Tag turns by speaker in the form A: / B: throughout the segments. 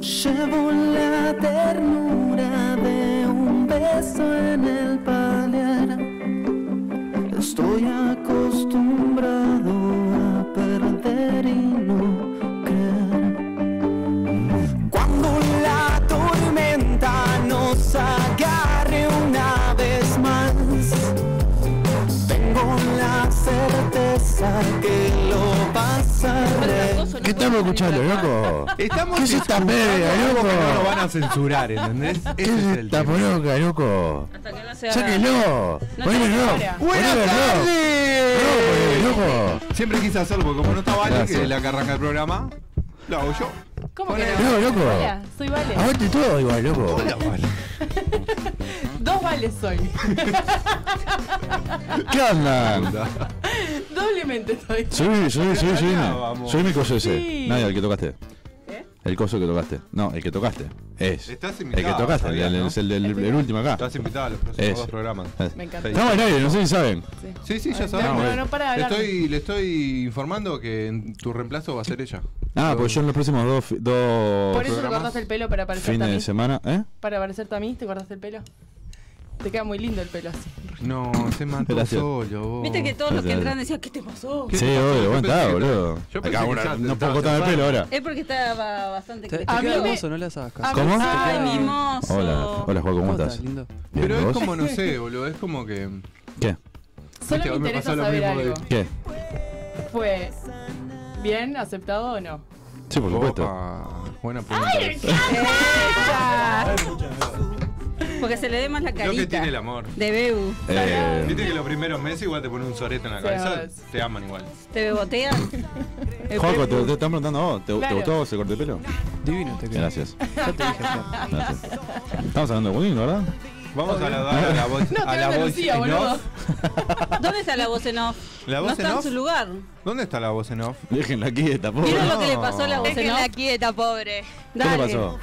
A: Llevo la ternura de un beso en el paliar. Estoy acostumbrado a perder y no creer. Cuando la tormenta nos agarre una vez más, tengo la certeza que lo vas a arreglar.
B: ¿Qué estamos escuchando, loco?
C: Estamos
B: ¿Qué es esta media,
C: escuchando algo que no
B: loco?
C: nos van a censurar, ¿entendés?
B: ¿Qué
C: Ese
B: es
C: es el
B: esta
C: tema.
B: poronga, loco?
D: Hasta que no se haga.
B: ¡Sáquenlo!
D: No
B: ¡Ponele
D: tiene
B: rock!
D: memoria.
B: ¡Ponele
C: ¡Buenas
B: rock!
C: tardes!
B: ¡Rock, ponele, loco!
C: Siempre quise hacerlo porque como no estaba Ale, que
B: Gracias.
C: es la que arranca el programa, lo hago yo.
D: ¿Cómo que
C: Ponele.
D: no?
B: No, loco. Ah.
E: Hola, soy Vale.
B: Aguante todo igual, loco.
E: Dos Vales soy.
B: ¿Qué andan?
C: Puta.
E: Doblemente soy.
B: Subí, subí, subí, subí.
C: vamos.
B: Subí mi coso ese.
E: Sí.
B: Nadie, el que tocaste.
E: ¿Eh?
B: El coso que tocaste. No, el que tocaste. Es.
C: Estás
B: el que
C: invitado,
B: tocaste,
C: sabías,
B: el, el-
C: ¿no?
B: el, el- el último acá.
C: Estás invitado a los
B: Ese. Ah.
C: próximos dos programas.
E: Me encanta.
B: Estamos en aire, no sé si saben.
E: Sí.
C: Sí, sí, ya
E: Ay,
C: sabemos.
E: No, no, no, para
C: le,
E: hablar.
C: estoy, le estoy informando que en tu reemplazo va a ser ella.
B: Ah, pues yo en los próximos dos, fi-
E: Por
B: dos
E: eso te
C: programas.
E: cortaste el pelo para parecerte a
B: fines
E: mí.
B: de semana. ¿Eh?
E: Para parecerte a mí, te cortaste el pelo. Te queda muy lindo el pelo así.
C: No, se mató
B: Gracias.
C: solo. vos.
D: Viste que todos los que
B: Oh, Dale.
D: entran decían, ¿qué te pasó?
C: ¿Qué
B: Sí,
C: te pasó?
B: obvio,
C: Yo pensé
B: aguantá,
C: que-
B: boludo.
C: yo pensé
B: Acá,
C: que
B: bueno,
C: ya te
B: no puedo
C: estabas
B: cortarme el pelo ahora.
D: Es porque estaba bastante
E: A
F: Te, te
D: criticado.
E: mí
F: queda
E: me-
F: hermoso, no le hagas
E: a mí
F: caso.
B: ¿Cómo?
E: me-
D: Ay, mimoso.
B: Hola, hola, Juan, ¿cómo estás?
F: lindo?
B: Bien,
C: Pero es
B: ¿vos?
C: como, no sé, boludo, es como que...
B: ¿Qué?
E: Solo
C: Viste,
E: me
C: hoy me
E: interesa
C: pasó lo
E: saber
C: mismo de-
E: algo.
B: ¿Qué?
E: ¿Fue bien aceptado o no?
B: Sí, por supuesto.
C: Opa, buena pregunta.
D: ¡Ella! Porque se le ve más la
C: Lo que tiene el
D: carita.
C: amor.
D: De Bebu.
B: Eh,
C: Viste que los primeros meses igual te ponen un sorete en la
E: Sí,
C: cabeza,
E: ahora sí.
C: te aman igual.
D: Te bebotea. El
B: Juaco, te,
D: Bebu.
B: te están preguntando a vos. ¿Te, te
E: Claro.
B: gustó ese corte de pelo?
F: Divino te queda.
B: Gracias.
F: Ya te dije. ya.
B: Gracias. Estamos hablando de bullying, ¿verdad?
C: Vamos a la, a la voz,
E: No,
C: a
E: te
C: la
E: hablo de
C: voz
E: Lucía,
C: en
E: boludo.
C: off.
D: ¿Dónde está la voz en off?
C: ¿La
D: no
C: voz en
D: está en
C: off?
D: su lugar.
C: ¿Dónde está la voz en off?
B: Déjenla quieta, pobre.
D: Mira
B: ¿Qué
D: lo que le pasó a la voz en off.
G: quieta, pobre.
B: te
D: Dale.
B: pasó?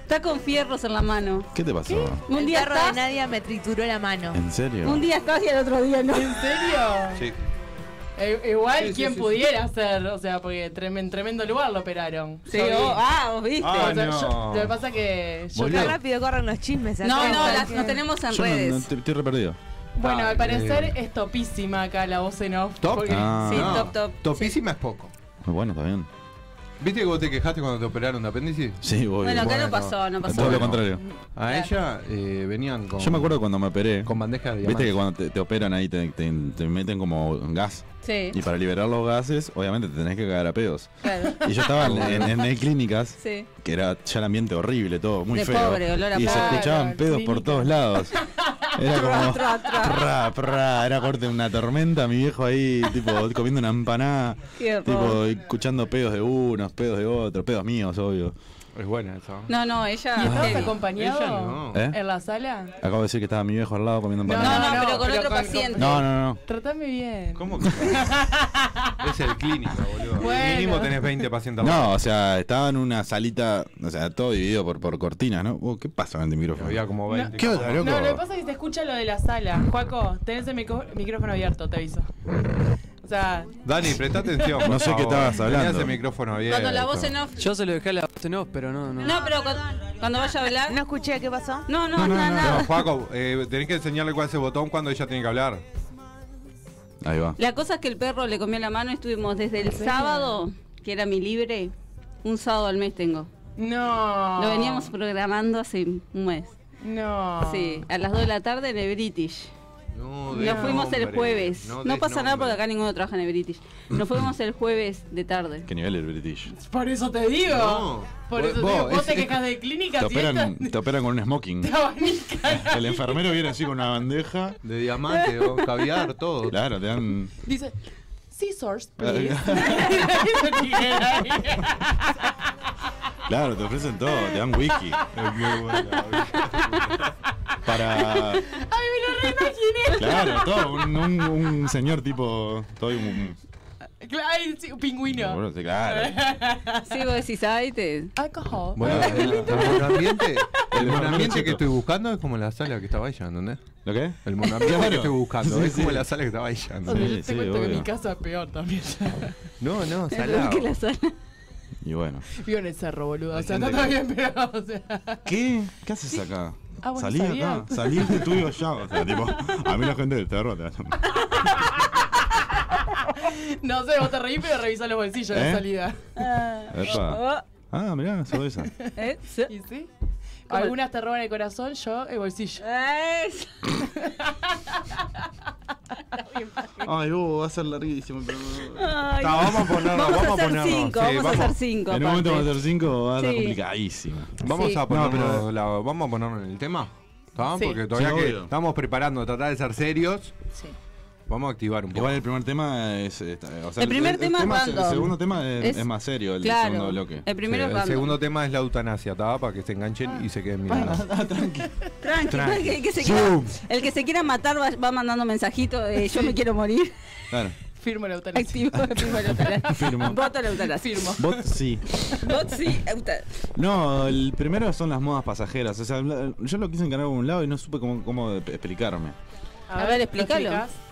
D: Está con fierros en la mano.
B: ¿Qué te pasó?
D: Un
G: Un
D: día
G: día de
D: estás,
G: Nadia me trituró la mano.
B: ¿En serio?
D: un día estás y al otro día no.
E: ¿En serio?
C: Sí.
E: E- igual
C: Sí, sí,
E: quien
C: sí, sí.
E: pudiera ser, o sea, porque tremen- tremendo lugar lo operaron.
D: Sí,
E: Yo vi.
D: oh, ah, vos viste.
C: Ah,
E: O sea,
C: no.
E: yo- lo que pasa que yo
B: Boludo.
G: Qué rápido corren los chismes. acá.
D: no, no, las,
G: Porque-
D: nos tenemos en
B: Yo no-
D: redes.
B: no, te- estoy re perdido.
E: Bueno,
C: Ah,
E: al parecer
C: eh.
E: es topísima acá la voz en off.
C: ¿Top?
E: porque-
B: Ah,
D: sí,
B: no.
D: top, top.
C: Topísima es poco.
B: Bueno, está bien.
C: ¿Viste que vos te quejaste cuando te operaron de apéndice?
B: Sí, voy.
D: Bueno, acá
C: bueno,
D: no pasó, no pasó.
B: Todo
C: Bueno.
B: lo contrario.
C: A ella eh, venían con,
B: Yo me acuerdo cuando me operé.
C: con bandeja de
B: Viste que
C: diamantes.
B: cuando te, te operan ahí te, te- te meten como gas.
D: Sí,
B: Y para liberar los gases, obviamente te tenés que cagar a pedos.
D: claro.
B: Y yo estaba en, en, en el clínicas,
D: Sí.
B: que era ya el ambiente horrible, todo muy
D: De
B: feo.
D: pobre, olor a
B: y se
D: paro,
B: escuchaban pedos por
E: clínica.
B: todos lados. Era como. prra, prra, era corte una tormenta, mi viejo ahí, tipo, comiendo una empanada.
D: Qué horror.
B: Tipo, escuchando pedos de unos, pedos de otros, pedos míos, obvio.
C: Es buena esa.
D: No, no, ella.
E: ¿Y estabas
D: heavy.
E: acompañado
C: Ella no.
B: ¿Eh?
E: en la sala?
B: Acabo de decir que estaba mi viejo al lado comiendo
E: No,
D: No,
B: empanadas.
D: no,
E: No,
D: pero con
E: pero
D: otro
E: con-
D: paciente.
B: No, no, no.
E: Trátame bien.
C: ¿Cómo que? es el clínico, boludo.
E: Bueno.
C: Mínimo tenés 20 pacientes.
B: No, o sea, estaba en una salita, o sea, todo dividido por, por cortinas, ¿no? Uh, ¿Qué pasa con el micrófono?
C: Había como 20.
B: ¿Qué onda, loco?
E: No, lo que pasa es que se escucha lo de la sala. Juaco, tenés el micro- micrófono abierto, te aviso. O sea,
C: Dani, presta atención. por
B: No sé qué
C: favor.
B: estabas hablando.
C: Tenías el micrófono abierto.
D: Cuando la voz en off.
F: Yo se lo dejé a la voz en off, pero no, no.
D: No, pero cuando, cuando vaya a hablar.
G: No escuché qué pasó.
D: No, no,
C: No, no,
D: nada,
C: no,
D: nada.
C: no, Juaco, eh, tenés que enseñarle cuál es el botón cuando ella tiene que hablar.
B: Ahí va.
D: La cosa es que el perro le comió la mano y estuvimos desde el sábado, que era mi libre. Un sábado al mes tengo.
E: no.
D: Lo veníamos programando hace un mes.
E: No.
D: Sí, a las 2 de la tarde en el British.
C: No,
D: Nos fuimos el jueves. No, pasa nada porque acá ninguno trabaja en el British. Nos fuimos el jueves de tarde.
B: ¿Qué nivel el British?
E: Por eso te digo.
C: No.
E: Por eso
C: Vos-
E: te digo.
C: vos,
E: Vos
C: es-
E: te
C: es-
E: quejas de clínica,
B: Te
E: si esta-
B: operan, te operan con un smoking.
E: te abanican.
B: El enfermero viene así con una bandeja.
C: De diamante, o caviar, todo.
B: Claro, te dan.
E: Dice, scissors,
C: Ah,
E: please. Eso tijera ahí.
B: Claro, te ofrecen todo, te dan wiki. Para.
E: Ay, me lo reimaginé.
B: Claro, todo. Un, un- un señor tipo. Todo un.
E: Claro, ay, sí, un pingüino.
B: Bueno, sí, claro.
D: Sí, vos decís, ay, te...
E: Alcohol.
C: Bueno, eh, el, el ambiente, el
B: monoambiente
C: ambiente
B: cheto.
C: que estoy buscando es como la sala que estaba ella, ¿entendés?
B: ¿Lo qué?
C: El ambiente que estoy buscando
B: Sí,
C: es como
B: sí.
C: la sala que estaba ella.
E: Donde
C: ¿entendés?
B: Sí,
E: yo te
B: sí,
E: cuento que
B: obvio.
E: mi casa es peor también.
C: No, no,
D: Es peor
C: sala.
D: que la sala.
B: Y bueno.
E: Vivo en el cerro, boludo. O sea, no
B: Gente
E: está
B: que-
E: bien, pero. O sea.
B: ¿Qué? ¿Qué haces acá?
E: Ah, bueno,
B: Salí de acá.
E: sabía.
B: Salí del tuyo ya. O sea, tipo, a mí la gente del terror te va a llamar.
E: No sé, vos te reís, pero revisa los bolsillos de
B: ¿Eh?
E: salida.
B: Epa. Ah, mirá, sorpresa.
D: Oh, ¿Eh? Sí.
E: ¿Y sí?
D: ¿Cómo?
E: Algunas te roban el corazón, yo el bolsillo.
D: Es-
B: Ay, vos, va a ser larguísimo. Pero...
D: Ay,
B: Ta, vamos a ponerlo,
D: vamos
B: vamos a
D: hacer
B: ponerlo.
D: cinco,
B: Sí,
D: vamos,
B: vamos.
D: a hacer cinco.
B: En un momento va a
D: aparte.
B: ser 5, va a ser
D: Sí.
B: complicadísima.
C: Vamos
D: Sí.
C: a ponernos
B: No, pero-
C: la- vamos a ponernos en el tema. ¿Está?
E: Sí.
C: Porque todavía
B: Sí,
C: que
B: obvio.
C: estamos preparando, tratar de ser serios.
E: Sí.
C: Vamos a activar un poco.
B: Igual el primer tema es. eh, o sea,
D: El primer tema es
B: se- El
D: random.
B: segundo tema es,
D: Es-
B: es más serio, el segundo
D: Claro. Eh.
B: bloque.
D: El
C: Sí,
D: primero es
C: el
D: random.
C: segundo tema es la eutanasia, ¿está? Para que se enganchen y se queden mirando.
D: Tranqui,
C: Tranqui.
D: tranqui, El, que se quiera, el que se quiera matar va, va mandando mensajitos de yo me quiero morir.
B: Claro.
E: Firmo la eutanasia.
D: Activo, firmo la eutanasia.
B: Firmo.
D: Voto la eutanasia.
E: Firmo.
B: Bot sí.
D: Vot sí, eutanasia.
B: No, el primero son las modas pasajeras. O sea, la- yo lo quise encargar por un lado y no supe cómo, cómo explicarme.
D: A ver, explícalo.
E: ¿lo explicás?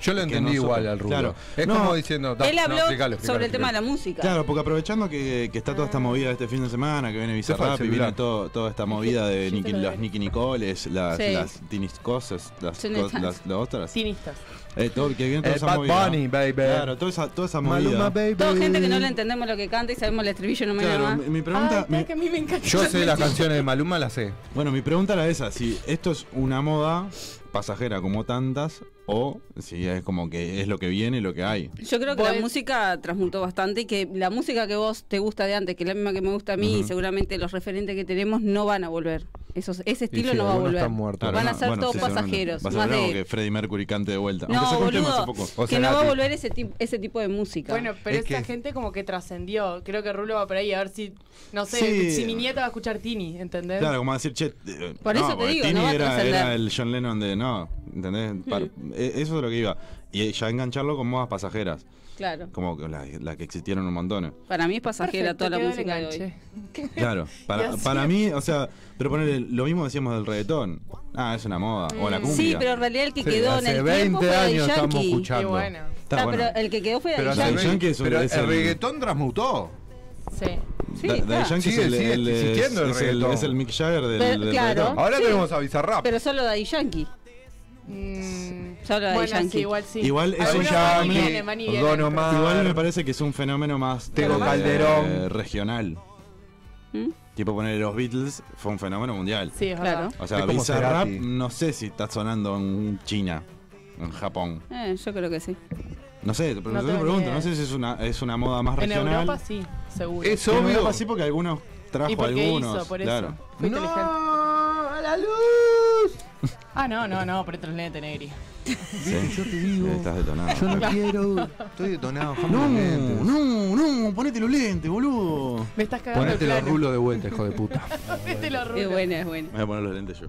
C: Yo lo
B: Que
C: entendí
B: no
C: igual
B: so-
C: al rubro.
B: claro.
C: Es
B: No.
C: como diciendo. da,
D: Él
C: no,
D: habló
C: explícalo, explícalo,
D: sobre el tema de la
C: explícalo.
D: música.
B: Claro, porque aprovechando que, que está toda esta movida este fin de semana, que viene
C: fue el
B: Bizarrap y
C: celular.
B: viene todo- toda esta movida de Nicki- las Nicky Nicoles, las,
D: Sí.
B: las Tinis Cosas, las,
D: Sí,
B: cos-
D: no.
B: las, las otras.
E: Cinistas.
B: Eh, todo, que viene toda
C: El
B: esa
C: Bad
B: movida.
C: Bunny, baby.
B: Claro, toda esa, toda esa
C: Maluma,
B: movida.
C: baby.
D: Toda gente que no le entendemos lo que canta y sabemos el estribillo no me
B: Claro, mi,
D: llama.
B: mi
E: Ay,
B: pregunta, mi-
E: está, que a mí me encanta.
C: Yo sé las canciones de Maluma, las sé.
B: bueno, mi pregunta era esa, si esto es una moda pasajera como tantas o si es como que es lo que viene, lo que hay.
D: Yo creo que la
E: Vos-
D: música transmutó bastante y que la música que vos te gusta de antes, que es la misma que me gusta a mí, y seguramente los referentes que tenemos no van a volver. Esos, ese estilo
C: sí,
D: no va a
C: algunos
D: volver.
C: están muertos.
B: Claro,
D: Van a
B: no,
D: ser
B: bueno,
D: todos
B: sí, seguramente.
D: pasajeros.
B: Va a ser
D: más
B: algo
D: de-
B: que Freddie Mercury cante de vuelta. Aunque
D: No,
B: sacó un tema hace
D: boludo.
B: poco.
C: O
D: que no va a
C: Cerati.
D: volver ese, ti- ese tipo de música.
E: Bueno, pero
C: Es
E: esa
C: que-
E: gente como que trascendió. Creo que Rulo va por ahí a ver si, no sé,
B: Sí.
E: si mi nieta va a escuchar Tini, ¿entendés?
B: Claro, como decir, che, eh,
D: Por eso te
B: porque
D: digo,
B: Tini
D: no va a
B: era,
D: trascender. Hmm.
B: era el John Lennon de, no, ¿entendés? Para- eh, eso es lo que iba. Y ya engancharlo con modas pasajeras,
D: claro.
B: como que las las que existieron un montón.
D: Para mí es pasajera
E: Perfecto,
D: toda la
E: quedó el
D: música de hoy.
E: enganche.
B: Claro, para,
E: así
B: para
E: es.
B: mí, o sea, pero poner lo mismo decíamos del reggaetón. Ah, es una moda. O la cumbia.
D: Mm, Sí, pero en realidad el que
C: Sí,
D: quedó en
C: hace
D: el tiempo fue Daddy
C: años estamos
D: Yankee.
E: Y
C: escuchando.
E: bueno,
B: Está
D: Está,
B: bueno.
D: pero eh, el que quedó fue
C: Pero,
D: Daddy
C: hace
B: Daddy
D: Yankee.
B: Yankee
C: veinte-
B: es un-
C: pero
B: es
C: el
B: el-
C: reggaetón transmutó.
E: sí.
D: Sí,
B: Da- Daddy
D: está.
B: Yankee
C: Sigue-
B: es, el,
C: sigue
B: el- es-
C: existiendo el
B: es el-
C: reggaetón.
B: es el Mick Jagger del,
D: Pero-
B: del
D: claro.
B: reggaetón.
C: Ahora
D: Sí.
C: tenemos a Bizarrap.
D: Pero solo Daddy Yankee.
E: Mm,
D: Solo Daddy
E: bueno,
D: Yankee.
E: sí, igual sí.
B: Igual es
E: Algunos
B: un
E: van y
B: Yankee,
E: vienen, van y vienen,
C: Don
E: pero-
C: Omar.
B: Igual me parece que es un fenómeno más
C: Tego
B: eh,
C: Calderón.
B: regional.
D: ¿Mm?
B: Tipo poner los Beatles fue un fenómeno mundial.
E: Sí, es
D: Claro.
E: verdad.
B: O sea,
C: Es como
B: Bizarrap
C: Cerati.
B: no sé si está sonando en China, en Japón.
D: Eh, yo creo que sí.
B: No sé, pero
E: No
B: yo te
E: tengo ni
B: pregunto,
E: idea.
B: no sé si es una es una moda más
E: En
B: regional.
E: Europa sí, seguro.
C: Es
B: En
C: obvio.
B: Europa sí porque algunos trajo
E: ¿Y por qué
B: algunos.
E: hizo? Por eso.
B: claro.
E: Fue inteligente.
C: a la luz.
E: Ah, no, no, no, por otros lentes negri.
B: Sí.
C: Yo te digo.
B: Estás detonado.
C: Yo no quiero. Estoy detonado.
B: No, no, no, ponete los lentes, boludo.
E: Me estás cagando
C: Ponete
E: el
C: los
E: plano.
C: rulos de vuelta, hijo de puta.
E: Ponete los
D: Es
E: rulos.
D: bueno, es bueno.
B: Me voy a poner los lentes yo.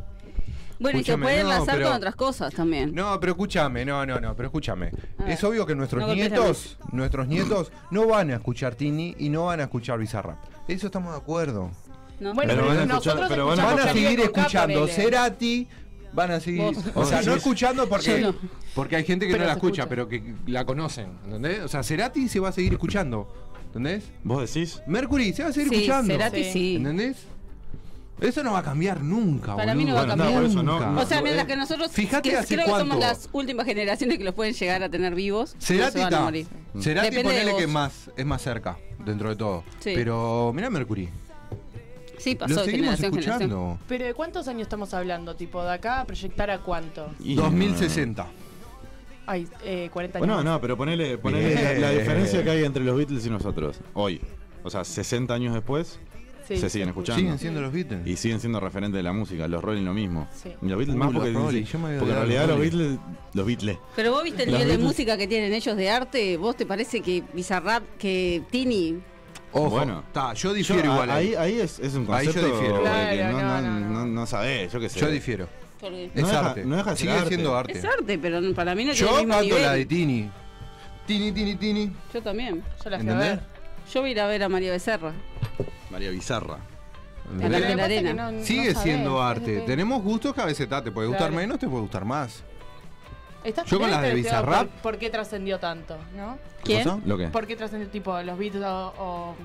D: Bueno, y se
C: Escúchame,
D: puede
C: no,
D: enlazar
C: pero-
D: con otras cosas también.
C: No, pero escúchame, no, no, no, pero escúchame.
D: A ver.
C: Es obvio que nuestros
D: No golpees la
C: nietos, nuestros nietos no van a escuchar Tini y no van a escuchar Bizarrap. Eso estamos de acuerdo.
D: ¿no?
E: Bueno,
B: Pero
E: pero,
B: van a escuchar-
E: nosotros
B: pero van a
E: escuchamos
B: escuchar-
C: Van a
E: Charlie
C: seguir
E: Coca,
C: escuchando
E: ponele.
C: Cerati, van a seguir,
D: Vos.
C: o sea,
B: Vos
C: no
B: decís.
C: escuchando porque
D: Yo no.
C: porque hay gente que
E: Pero
C: no la
E: se
C: escucha,
E: escucha.
C: pero que la conocen, ¿entendés? O sea, Cerati se va a seguir escuchando, ¿entendés?
B: ¿Vos decís?
C: Mercury se va a seguir
D: Sí,
C: escuchando.
D: Cerati
E: Sí.
D: sí.
C: ¿Entendés? Eso no va a cambiar nunca,
D: Para
C: boludo.
D: mí no va a Bueno, cambiar.
B: no, por eso no.
D: O sea,
C: Nunca.
D: mientras que nosotros
C: Eh, Fíjate
D: que
C: hace
D: creo que somos
C: cuánto.
D: las últimas generaciones que los pueden llegar a tener vivos, no se
C: Cerati
D: van a
C: está.
D: morir.
C: Cerati
D: Depende de
C: ponele
D: vos.
C: que es más, es más cerca, dentro de todo.
D: Sí.
C: Pero mirá Mercury.
D: Sí,
C: lo
D: pasó de
C: seguimos
D: generación en generación.
C: escuchando.
E: Pero ¿de cuántos años estamos hablando? Tipo, de acá a proyectar a cuánto?
B: Y-
C: 2060.
E: Ay, eh, 40 años.
B: Bueno, no, pero ponele, ponele
C: Bien.
B: la, la diferencia que hay entre los Beatles y nosotros hoy. O sea, 60 años después
E: Sí,
B: se siguen
E: escucha.
B: escuchando.
C: Siguen siendo los Beatles.
B: Y siguen siendo referentes de la música, los Rolling lo mismo.
E: Sí.
B: Y los Beatles
C: Uh,
B: más
C: los
B: porque,
C: Rolling, yo me había
B: porque en realidad
C: olvidado de los
B: los Beatles, los Beatles,
D: Pero vos viste el
B: Los
D: nivel de
B: Beatles-
D: música que tienen ellos de arte, vos te parece que Bizarrap, que Tini,
C: Ojo,
B: Bueno.
C: ta, yo
B: Yo,
C: difiero igual.
B: ahí,
C: Ahí.
B: ahí es, es un
C: Ahí yo
B: concepto
C: difiero.
B: de que
E: Claro,
B: no,
E: no,
B: no,
E: no, no.
B: no- no sabés, yo qué sé.
C: Yo difiero.
D: porque-
C: Es
B: No deja-
C: arte.
B: no deja de ser
C: Sigue
B: arte.
C: siendo arte.
D: es arte, pero no- para mí no tiene
C: Yo
D: el mismo
C: canto
D: nivel.
C: la de Tini. Tini, Tini, Tini.
D: Yo también.
E: Yo la fui a
C: ¿Entendés?
E: ver.
D: Yo voy a ir a ver a María Becerra.
B: María Bizarra.
D: En la
E: Pero lo que
C: ¿Entendés?
E: pasa es que
D: arena.
E: no-
C: Sigue
E: no
C: siendo
E: sabés,
C: arte.
E: es que-
C: Tenemos gustos que a veces ta, te puede gustar
E: Claro.
C: menos, te puede gustar más.
E: Estás
C: Yo con las de
E: planteando
C: Bizarrap-
E: por- ¿Por qué trascendió tanto? ¿No?
D: ¿Quién?
B: ¿Lo qué?
E: ¿Por qué trascendió tipo los Beatles o, o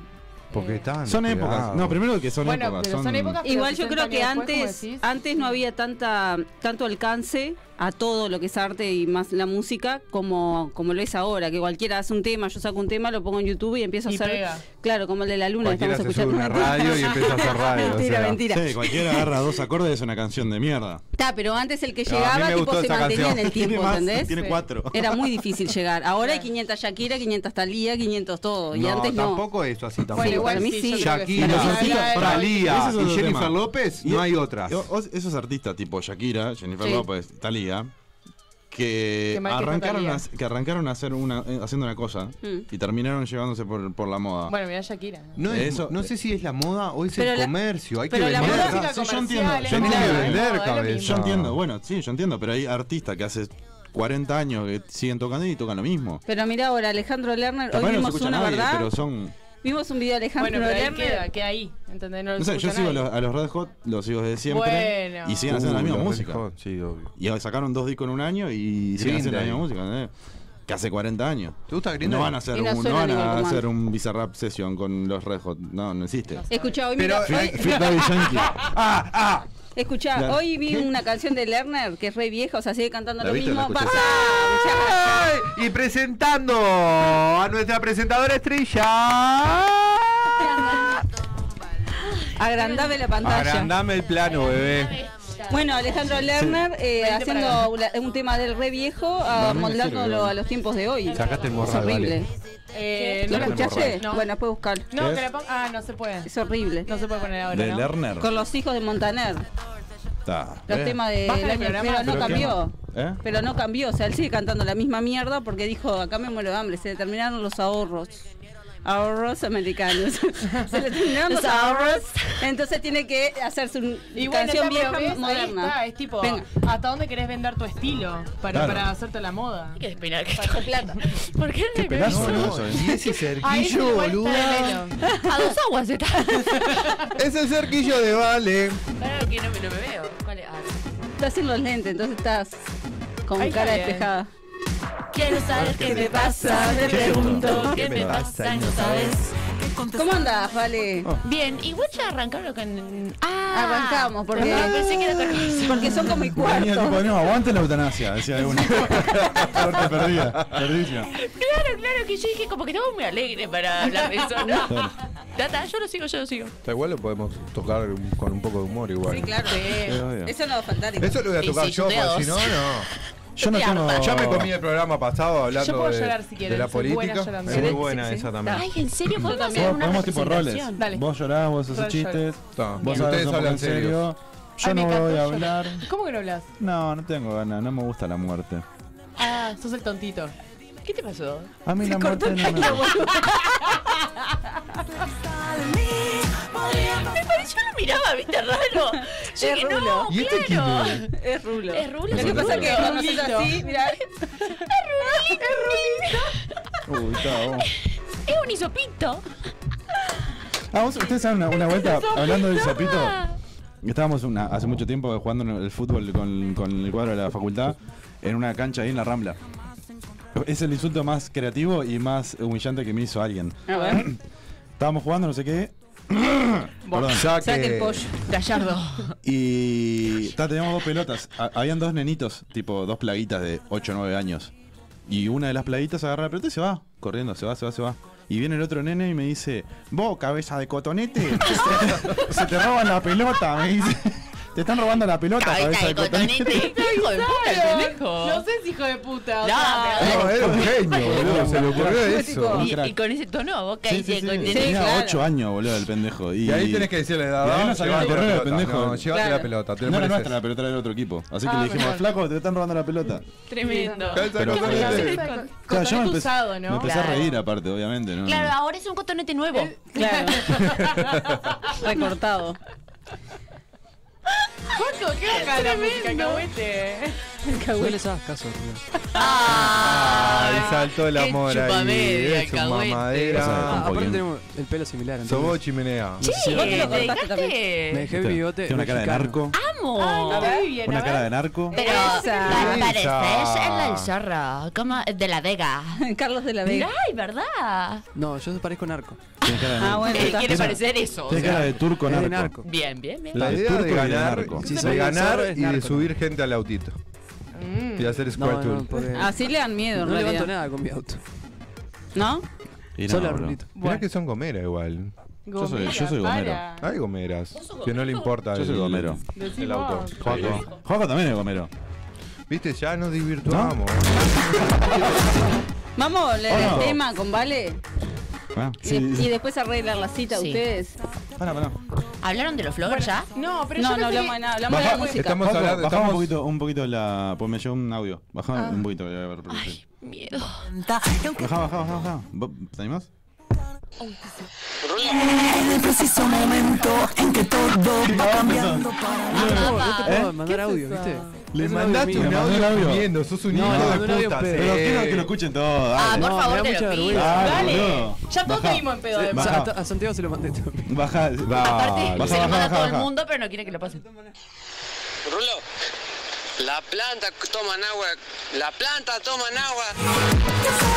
C: Porque
E: Eh,
C: están.
B: Son épocas. ah, No, primero que son
E: Bueno,
B: épocas.
E: pero son épocas Pero
D: Igual yo
E: 60
D: creo
E: años
D: que
E: después, ¿cómo
D: antes,
E: decís?
D: antes no había tanta, tanto alcance a todo lo que es arte y más la música como, como lo es ahora, que cualquiera hace un tema, yo saco un tema, lo pongo en YouTube y empiezo
E: Y
D: a hacer.
E: pega.
D: Claro, como el de la luna,
C: Cualquiera se
D: estamos
C: sube una
D: escuchando.
C: radio y empieza a hacer radio.
D: mentira,
C: o sea.
D: mentira.
B: Sí, cualquiera agarra dos acordes es una canción de mierda.
D: Está, pero antes el que
C: No, a mí
D: llegaba
C: me
D: tipo
C: gustó
D: se
C: esa
D: mantenía en
C: canción.
D: el tiempo,
B: más,
D: ¿entendés?
B: tiene
E: Sí.
B: cuatro.
D: Era muy difícil llegar. Ahora hay
E: Claro.
D: 500 Shakira, 500 Talía, 500 todo. y
C: No,
D: antes no.
C: tampoco eso así tampoco.
E: Bueno, igual
D: para mí
E: sí,
D: sí.
E: yo creo que sí.
C: Shakira,
E: Para mí sí.
B: Pará,
C: Talía
B: ese es
C: y
B: otro
C: Jennifer
B: tema.
C: López,
B: Y-
C: no hay otras.
B: O- o- esos artistas tipo Shakira, Jennifer
D: Sí.
B: López, Thalía, que
E: Qué mal que está
B: arrancaron,
E: Thalía.
B: a, que arrancaron a hacer una, eh, haciendo una cosa
D: Mm.
B: y terminaron llevándose por, por la moda.
E: Bueno, mirá Shakira. ¿no?
C: No, es-
B: Eso-
C: no sé si es la moda o es
D: Pero
C: el
D: la-
C: comercio. Hay que
D: pero la
C: vender.
B: moda-
E: Música
B: Ah, sí, yo
E: comercial,
B: entiendo,
E: es
B: yo
E: moda,
B: entiendo.
E: es
C: Vender,
E: moda, es lo
C: cabeza.
E: mismo.
B: yo entiendo, bueno, sí, yo entiendo, pero hay artistas que hace 40 años que siguen tocando y tocan lo mismo.
D: Pero mira ahora, Alejandro Lerner,
B: Capaz
D: hoy
B: no se
D: vimos
B: escucha
D: una,
B: nadie,
D: ¿verdad?
B: pero son...
D: Vimos un video de Alejandro
E: Bueno, pero ahí
D: Lerner.
E: queda, queda ahí. ¿Entendés? No, lo Eh,
B: No sé, yo
E: escucha
B: sigo a
E: nadie.
B: los, a los Red Hot, los sigo desde siempre.
E: Bueno.
B: Y siguen haciendo la
C: Uh,
B: misma
C: los
B: música.
C: Red Hot, Sí, obvio.
B: Y sacaron dos discos en un año y siguen
C: Green
B: haciendo la
C: Day.
B: misma música, ¿entendés? Que hace 40 años.
C: ¿Te gusta Green
B: No
C: Day?
B: van a hacer
D: Y no
B: un, no
D: suena
B: van
D: igual
B: a
D: como
B: hacer
D: antes.
B: un Bizarrap session con los Red Hot. No, no existe.
D: Escuchá, hoy
C: Pero-
D: mira, hoy-
B: Fit- Fit Daddy Yankee.
C: ¡Ah! ¡Ah!
D: Escuchá,
B: Claro.
D: hoy vi
B: ¿Qué?
D: una canción de Lerner que es re vieja, o sea, sigue cantando
C: ¿La
D: lo
C: viste o
D: mismo.
C: la escuchaste?
D: Papá, muchacho.
C: Y presentando a nuestra presentadora estrella.
D: Agrandame la pantalla.
C: Agrandame el plano, bebé.
D: Bueno, Alejandro Lerner
E: Vente
D: eh,
E: para acá.
D: haciendo una- un tema del re viejo, ah,
B: mí me sirve,
D: moldándolo
B: dale.
D: a los tiempos de hoy.
C: Sacaste el
D: Es
C: morral,
D: horrible.
C: vale.
E: Eh,
D: ¿Lo
E: no la
D: escuchaste?
E: No.
D: Bueno, puedes buscar.
E: No,
B: ¿Qué
E: que
B: es?
E: la ponga. Ah, no se puede.
D: Es horrible.
E: No se puede poner ahora.
B: De
E: ¿no?
B: Lerner.
D: Con los hijos de Montaner.
B: Ta.
D: Los
B: ¿Eh?
D: temas de
E: Baja el
D: Lerner,
E: programa.
D: pero no
B: ¿Pero qué?
D: cambió.
B: ¿Eh?
D: Pero no cambió, o sea, él sigue cantando la misma mierda porque dijo, acá me muero de hambre, se le terminaron los ahorros. Ahorros americanos. se le terminaron los ahorros. Entonces tiene que hacerse una
E: Y bueno,
D: canción
E: está, pero
D: vieja
E: ves, ahí
D: moderna.
E: está, es tipo,
D: Venga.
E: ¿hasta dónde querés vender tu estilo para,
B: Claro.
E: para hacerte la moda?
H: que esperar que toque. ¿Por qué no me
B: pedazo,
H: avisó?
B: no,
C: y ese
E: Ahí sí,
C: cerquillo,
E: Ah, este igual está de
C: boluda.
E: menos.
H: A dos aguas está.
C: Ese cerquillo de Vale.
H: Claro que no, me- no me veo. ¿Cuál es? Ah,
D: Estás sin los lentes, entonces estás con
E: Ahí está
D: cara
E: bien.
D: despejada.
H: Quiero saber qué me pasa. Me pregunto qué me pasa y no sabes.
D: ¿Cómo andás, Vale?
H: Bien, igual ya arrancaron con. Ah,
D: Arrancamos, porque-
H: Ah, pensé que era con eso.
D: Porque son como y
B: Venía tipo,
D: cuarto.
B: no, aguanten la eutanasia, decía alguno. Suerte perdida, perdición.
H: Claro, claro, que yo dije como que estamos muy alegres para hablar de eso, ¿no? Tata, yo lo sigo, yo lo sigo.
C: Está igual lo podemos tocar un- con un poco de humor igual.
D: Sí, claro.
B: obvio.
D: Eso no va a faltar. igual.
C: Eso lo voy a
H: Y
C: tocar
H: sí,
C: yo,
H: yo te
C: porque si no,
H: dos.
C: no.
B: Yo no tengo.
C: Ya me comí el programa pasado hablando
E: Yo puedo
C: de,
E: llorar si
C: de
E: quieren,
C: la
E: soy buena
C: política.
E: llorando.
C: es
E: Sí,
C: muy
E: sí,
C: buena
E: sí.
C: esa también.
H: Ay, en serio, podemos hacer
B: Vos-
H: una
B: Podemos tipo roles.
H: representación?
E: Dale.
B: Vos llorás, vos
E: Rol
B: haces
E: yo.
B: chistes.
C: Ta,
B: Vos
C: ustedes
B: hablas un poco
C: hablan
B: en serio. Yo
E: Ay, me
B: no
E: encantó
B: voy a
E: llorar.
B: hablar.
E: ¿Cómo que no hablas?
B: No, no tengo ganas, no me gusta la muerte.
E: Ah, sos el tontito.
H: ¿Qué te pasó?
B: A mí la muerte no me gusta.
H: Me pareció, lo miraba, viste, raro. Yo dije, no,
C: ¿Y este quién
H: claro.
C: es?
D: Es rulo.
H: Es rulo.
D: Lo que
H: es
D: pasa es que
H: rulo.
D: con nosotros así, mirá,
B: Uy, está, vos.
H: Es un isopito.
B: Ah, ¿vos- ustedes saben una, una vuelta hablando del sapito. Estábamos una- hace mucho tiempo jugando en el fútbol con, con el cuadro de la facultad en una cancha ahí en la Rambla. Es el insulto más creativo y más humillante que me hizo alguien.
D: A ver,
B: Estábamos jugando, no sé qué. Perdón.
C: Saque.
D: saque el pollo.
H: Gallardo.
B: Y ta, teníamos dos pelotas. Ha- habían dos nenitos, tipo dos plaguitas de 8 o 9 años. Y una de las plaguitas agarra la pelota y se va, corriendo, se va, se va, se va. Y viene el otro nene y me dice, vos, cabeza de cotonete, se, se te roban la pelota, me dice. Te están robando la pelota, cabeza
H: Cabeza de cotonete. Hijo de puta, el pendejo.
E: No sé si hijo de puta. o
H: No,
E: sea,
H: pero-
C: No, era un genio, boludo. Se le ocurrió eso.
B: un
H: Y,
B: crack.
H: y con ese tono, boca
B: Sí,
H: y
B: sí, sí.
H: cotonete.
B: Tenía
D: claro.
B: 8 años, boludo, el pendejo. Y,
C: Y ahí tenés que decirle,
B: Y ahí
C: Dadá,
B: no salió a
C: llévate la
B: correr el
C: pelota.
B: pendejo.
C: No, llévate
D: Claro.
C: la pelota, te
B: No
C: lo
B: era
C: mereces.
B: nuestra, la pelota era del otro equipo. Así que
E: Ah,
B: le dijimos,
E: mejor.
B: flaco, te están robando la pelota.
E: Tremendo.
C: Cabeza de
B: Pero-
C: cotonete.
E: Con-
B: Claro,
E: cotonete
B: yo me empecé,
E: usado, ¿no?
B: me empecé
H: Claro.
B: a reír aparte, obviamente. ¿no?
H: Claro, ahora es un cotonete nuevo.
D: Claro. Recortado.
E: Juaco, qué bajada la música, cahuete.
F: No les hagas caso, tío.
C: Ay, saltó el
H: qué
C: amor ahí.
H: chupamedia,
C: Es un
H: cagüete.
B: Ah,
C: mamadera.
B: Eso
F: Aparte
B: bien.
F: tenemos el pelo similar.
C: Sos
F: entonces
C: vos, chimenea.
H: Sí,
D: ¿Vos te lo
H: te
D: cortaste también?
F: Me
H: dejaste.
F: dejé el bigote.
B: Tiene una cara de
F: mexicano.
B: narco.
H: amo.
E: Ay, no te vi bien, a
B: Una cara
E: ver.
B: de narco.
H: Pero
D: Esa.
H: pa- pareces
C: Esa.
H: el del zorro, como de la Vega.
D: Carlos de la Vega.
H: Ay, ¿verdad?
F: No, yo parezco narco.
B: Tiene cara de,
D: Ah, bueno,
H: Eh,
D: está.
H: quiere parecer eso. o
B: tiene
H: sea.
B: cara de turco
F: Es
B: narco.
F: de narco.
H: Bien, bien, bien.
B: La
C: La
B: del
C: idea
B: turco y
C: de
B: el
C: ganar,
B: narco.
C: de
F: Sí, soy-
C: ganar
F: soy- es
C: y de
F: narco.
C: subir gente al autito.
E: Mm.
C: Y hacer
F: No,
C: square
F: no,
C: tour.
F: porque
D: Así le dan miedo, en
F: no levanto
D: realidad.
F: nada con mi auto.
D: ¿No?
B: Y
F: Solo
B: no,
F: la
B: bro.
F: ruleta.
C: Mirá
E: Bueno,
C: que son gomeras igual.
B: Yo soy- yo
E: gomera,
B: soy gomero.
E: para.
C: Hay gomeras. Que no le importa
B: Yo soy
C: el-
B: gomero.
E: Decí
C: El auto.
E: vos.
B: Joaco. Joaco también es ¿eh? gomero.
C: Viste, ya nos divirtuamos.
D: Vamos a leer
B: Oh, no.
D: el tema con Vale
B: Ah,
D: y,
B: sí, sí.
D: y después arreglar la cita
H: Sí.
D: ustedes.
B: Pará, pará.
H: ¿Hablaron de los flowers ya?
E: No, pero
D: No,
E: yo
D: no
E: pensé
D: hablamos de
E: que-
D: nada, hablamos de
C: Baja-
D: la música.
C: estamos
B: Joaco,
C: hablando.
B: bajá un
C: estamos-
B: poquito, un poquito la. Pues me llegó un audio.
H: Ah.
B: Bajá un poquito. que voy a ver, porque sí.
H: Miedo.
B: Bajá, bajá, bajá, bajá. ¿Vos- ¿Te animás?
A: En el preciso momento en que todo va cambiando
F: No, no te puedo
B: ¿Eh?
F: mandar audio, ¿viste?
C: Le
F: Es un
C: mandaste
F: audio
C: un
B: mío. Le
C: audio
B: mandé un audio.
C: comiendo, sos un
F: No,
C: hijo
F: le
C: de
F: mandé un audio,
C: puta.
F: pero-
C: sí.
B: Pero quiero que lo escuchen todo.
H: Ah,
B: dale.
H: por
F: No, me
H: favor,
F: da
H: te
F: mucha
H: lo pido.
F: vergüenza.
B: Dale,
E: Dale.
B: boludo.
E: Ya todos
B: Bajá.
E: pedimos en pedo de
F: O sea, a, a Santiago se lo mandé también.
B: Baja.
H: Aparte,
B: Baja,
H: se
B: baja,
H: lo manda a
B: baja,
H: todo el
B: baja.
H: mundo, pero no quiere que lo pasen.
I: Rulo, la planta toma agua, la planta toma agua.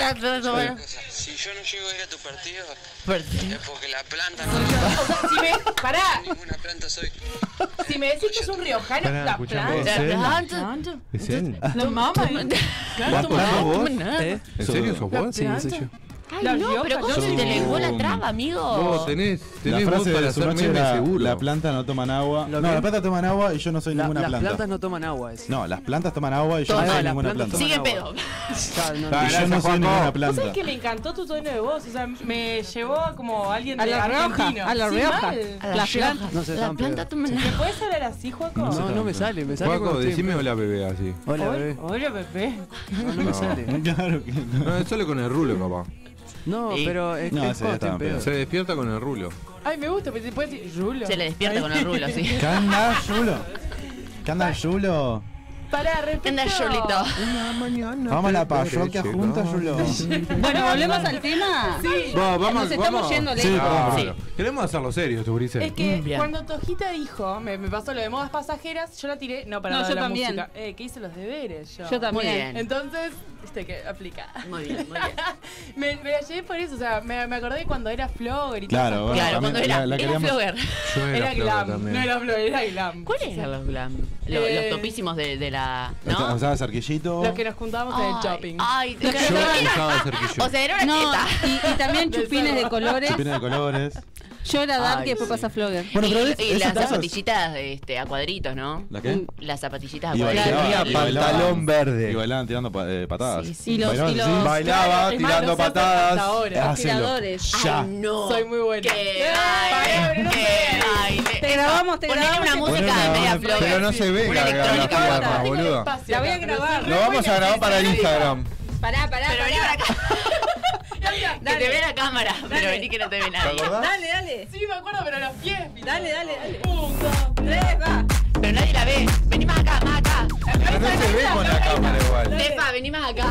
H: La- la- la- la-
I: Si yo no llego a ir a tu partido,
H: Fuerte.
I: es porque la planta no toma
E: O sea, si me, pará,
I: ninguna planta soy.
E: si me decís que es un riojano,
C: Pará,
E: la
C: escuchame.
E: planta.
H: La-
C: él?
H: la- la-
C: ¿Es él?
E: La mama.
C: ¿Vas plano vos?
F: ¿Eh?
C: ¿En serio sos vos?
F: Sí, ese yo.
H: Ay,
E: La
H: no,
E: rioja,
H: pero ¿cómo
E: yo
H: se
E: soy-
H: te lengó la traba,
C: Vos
H: amigo?
C: tenés,
B: La
C: tenés voz
B: frase
C: para
B: de su
C: hacer
B: noche
C: meme
B: era,
C: seguro.
B: la planta no toman agua.
F: ¿Lo
B: No,
F: qué?
B: la planta toman agua y yo no soy
F: La-
B: ninguna
F: las
B: planta.
F: plantas no toman agua, es.
B: No, las plantas toman agua y yo
F: Todas
B: no soy
F: las
B: ninguna
F: plantas
B: planta.
H: Sigue
F: toman
H: pedo.
F: Claro,
B: Y yo
F: no, no.
B: no
C: Gracias,
B: soy
C: Joaco.
B: ninguna
E: ¿Vos sabés
B: planta.
E: que me encantó tu tono de voz? O sea, me llevó a como alguien
D: A
E: de
D: La Rioja,
E: argentino.
D: a La
E: Sí,
D: Rioja.
E: mal.
H: A la
D: Las
H: rioja.
D: plantas-
F: No se
H: La
F: dan
H: planta
F: pedo.
H: toma la-
E: ¿Puedes hablar así, Juaco?
F: No, no me sale, me sale.
C: Juaco,
F: cuando estoy en
C: decime
F: pedo.
C: hola bebé así.
F: Hola,
E: Hola,
F: bebé.
E: hola, Pepe.
F: No, no me sale.
B: Claro que no.
C: No, es solo con el rulo, papá.
F: No,
H: Sí.
F: pero es
B: No,
F: es
B: ese ya
F: cuando estoy
B: estaba
F: en
B: en
F: pedo.
B: pedo.
C: Se despierta con el rulo.
E: Ay, me gusta, pero después decir Rulo.
H: Se le despierta
E: Ay.
H: con el rulo, sí.
B: ¿Qué anda, Yulo? ¿Qué anda, Yulo?
E: Pará, repito.
H: Anda, Yolito.
B: Vamos a la parroquia juntos, Yulo.
D: Bueno, volvemos al tema.
E: Sí.
C: Va, vamos,
D: Nos estamos
C: vamos.
D: yendo,
B: Sí,
D: Leo.
C: Ah,
H: Sí.
C: Queremos hacerlo serio, este estos gurises.
E: Es que
H: Mm, bien.
E: cuando Tojita dijo, me, me pasó lo de modas pasajeras, yo la tiré, no para
D: No,
E: nada
D: yo
E: la
D: también.
E: música. Eh, que hice los deberes yo.
D: Yo
H: Muy
D: también.
H: bien.
E: Entonces, viste que aplica.
H: Muy bien, muy bien.
E: Me, me la llevé por eso, o sea, me, me acordé cuando era Flogger y todo.
B: Claro, bueno,
H: Claro, cuando
B: también
H: era,
B: la, la
H: era
B: queríamos.
H: flogger.
C: Yo
E: Era
C: flaco
E: glam,
C: también.
E: no era Flogger, era glam.
H: ¿Cuáles eran los glam? Lo-
E: Eh.
H: Los topísimos de, de la.
B: O
H: ¿No?
B: sea, Sarquillito.
E: Los que nos juntábamos en el
H: Ay,
E: shopping.
H: Ay, te
C: Yo dejaba de ser que yo.
H: O sea, era una
D: No,
H: teta.
D: y, y también chupines de colores.
B: Chupines de colores.
D: Yo era Dark
H: Ay,
D: y después
H: sí.
D: pasa Flogger.
B: Bueno, pero
H: y,
B: es-
H: y
B: esas
H: las
B: tazas-
H: zapatillitas este, a cuadritos, ¿no?
B: ¿La qué?
H: Las zapatillitas a
B: Y
H: cuadritos.
B: bailaba,
C: Tenía
B: y
C: pantalón
B: Y
C: verde.
B: bailaban tirando pa- eh, patadas.
H: Sí,
D: Y los,
B: Bailaban
D: y
B: así.
D: los
C: Bailaba
E: Es más,
C: tirando
E: no se hace hasta
C: patadas.
E: ahora.
D: tiradores.
B: Ya.
H: Ay, no.
E: Soy muy buena.
H: Qué-
E: Eh,
H: ay,
E: Pablo, no
H: qué-
E: sé.
H: ay,
D: Te grabamos, te
H: Ponele
D: grabamos
H: una
D: y te
H: música
C: Ponele una-
H: media flogger.
C: Pero no se ve la-
H: Una
C: la- la
H: electrónica.
C: cámara,
E: Tengo
C: boludo.
E: espacio
D: La voy a
E: acá, pero
D: grabar.
E: soy
C: Lo
E: re
C: vamos a
E: buena,
C: grabar
E: soy
C: para el
E: re
C: Instagram.
D: Pará, pará,
H: Pero vení
D: pará.
H: para acá.
E: buena.
H: Que te ve
E: Dale,
H: la cámara. Pero vení que no te ve
C: ¿Te
H: nadie.
C: acordás?
D: Dale, dale.
E: Sí, me acuerdo, pero los pies.
D: Dale, dale, dale.
E: Un, dos, tres.
D: Tres, va.
H: Pero nadie la ve. Vení más acá, más acá.
C: Pero no se ve con la cámara igual.
H: Tepa, vení más acá.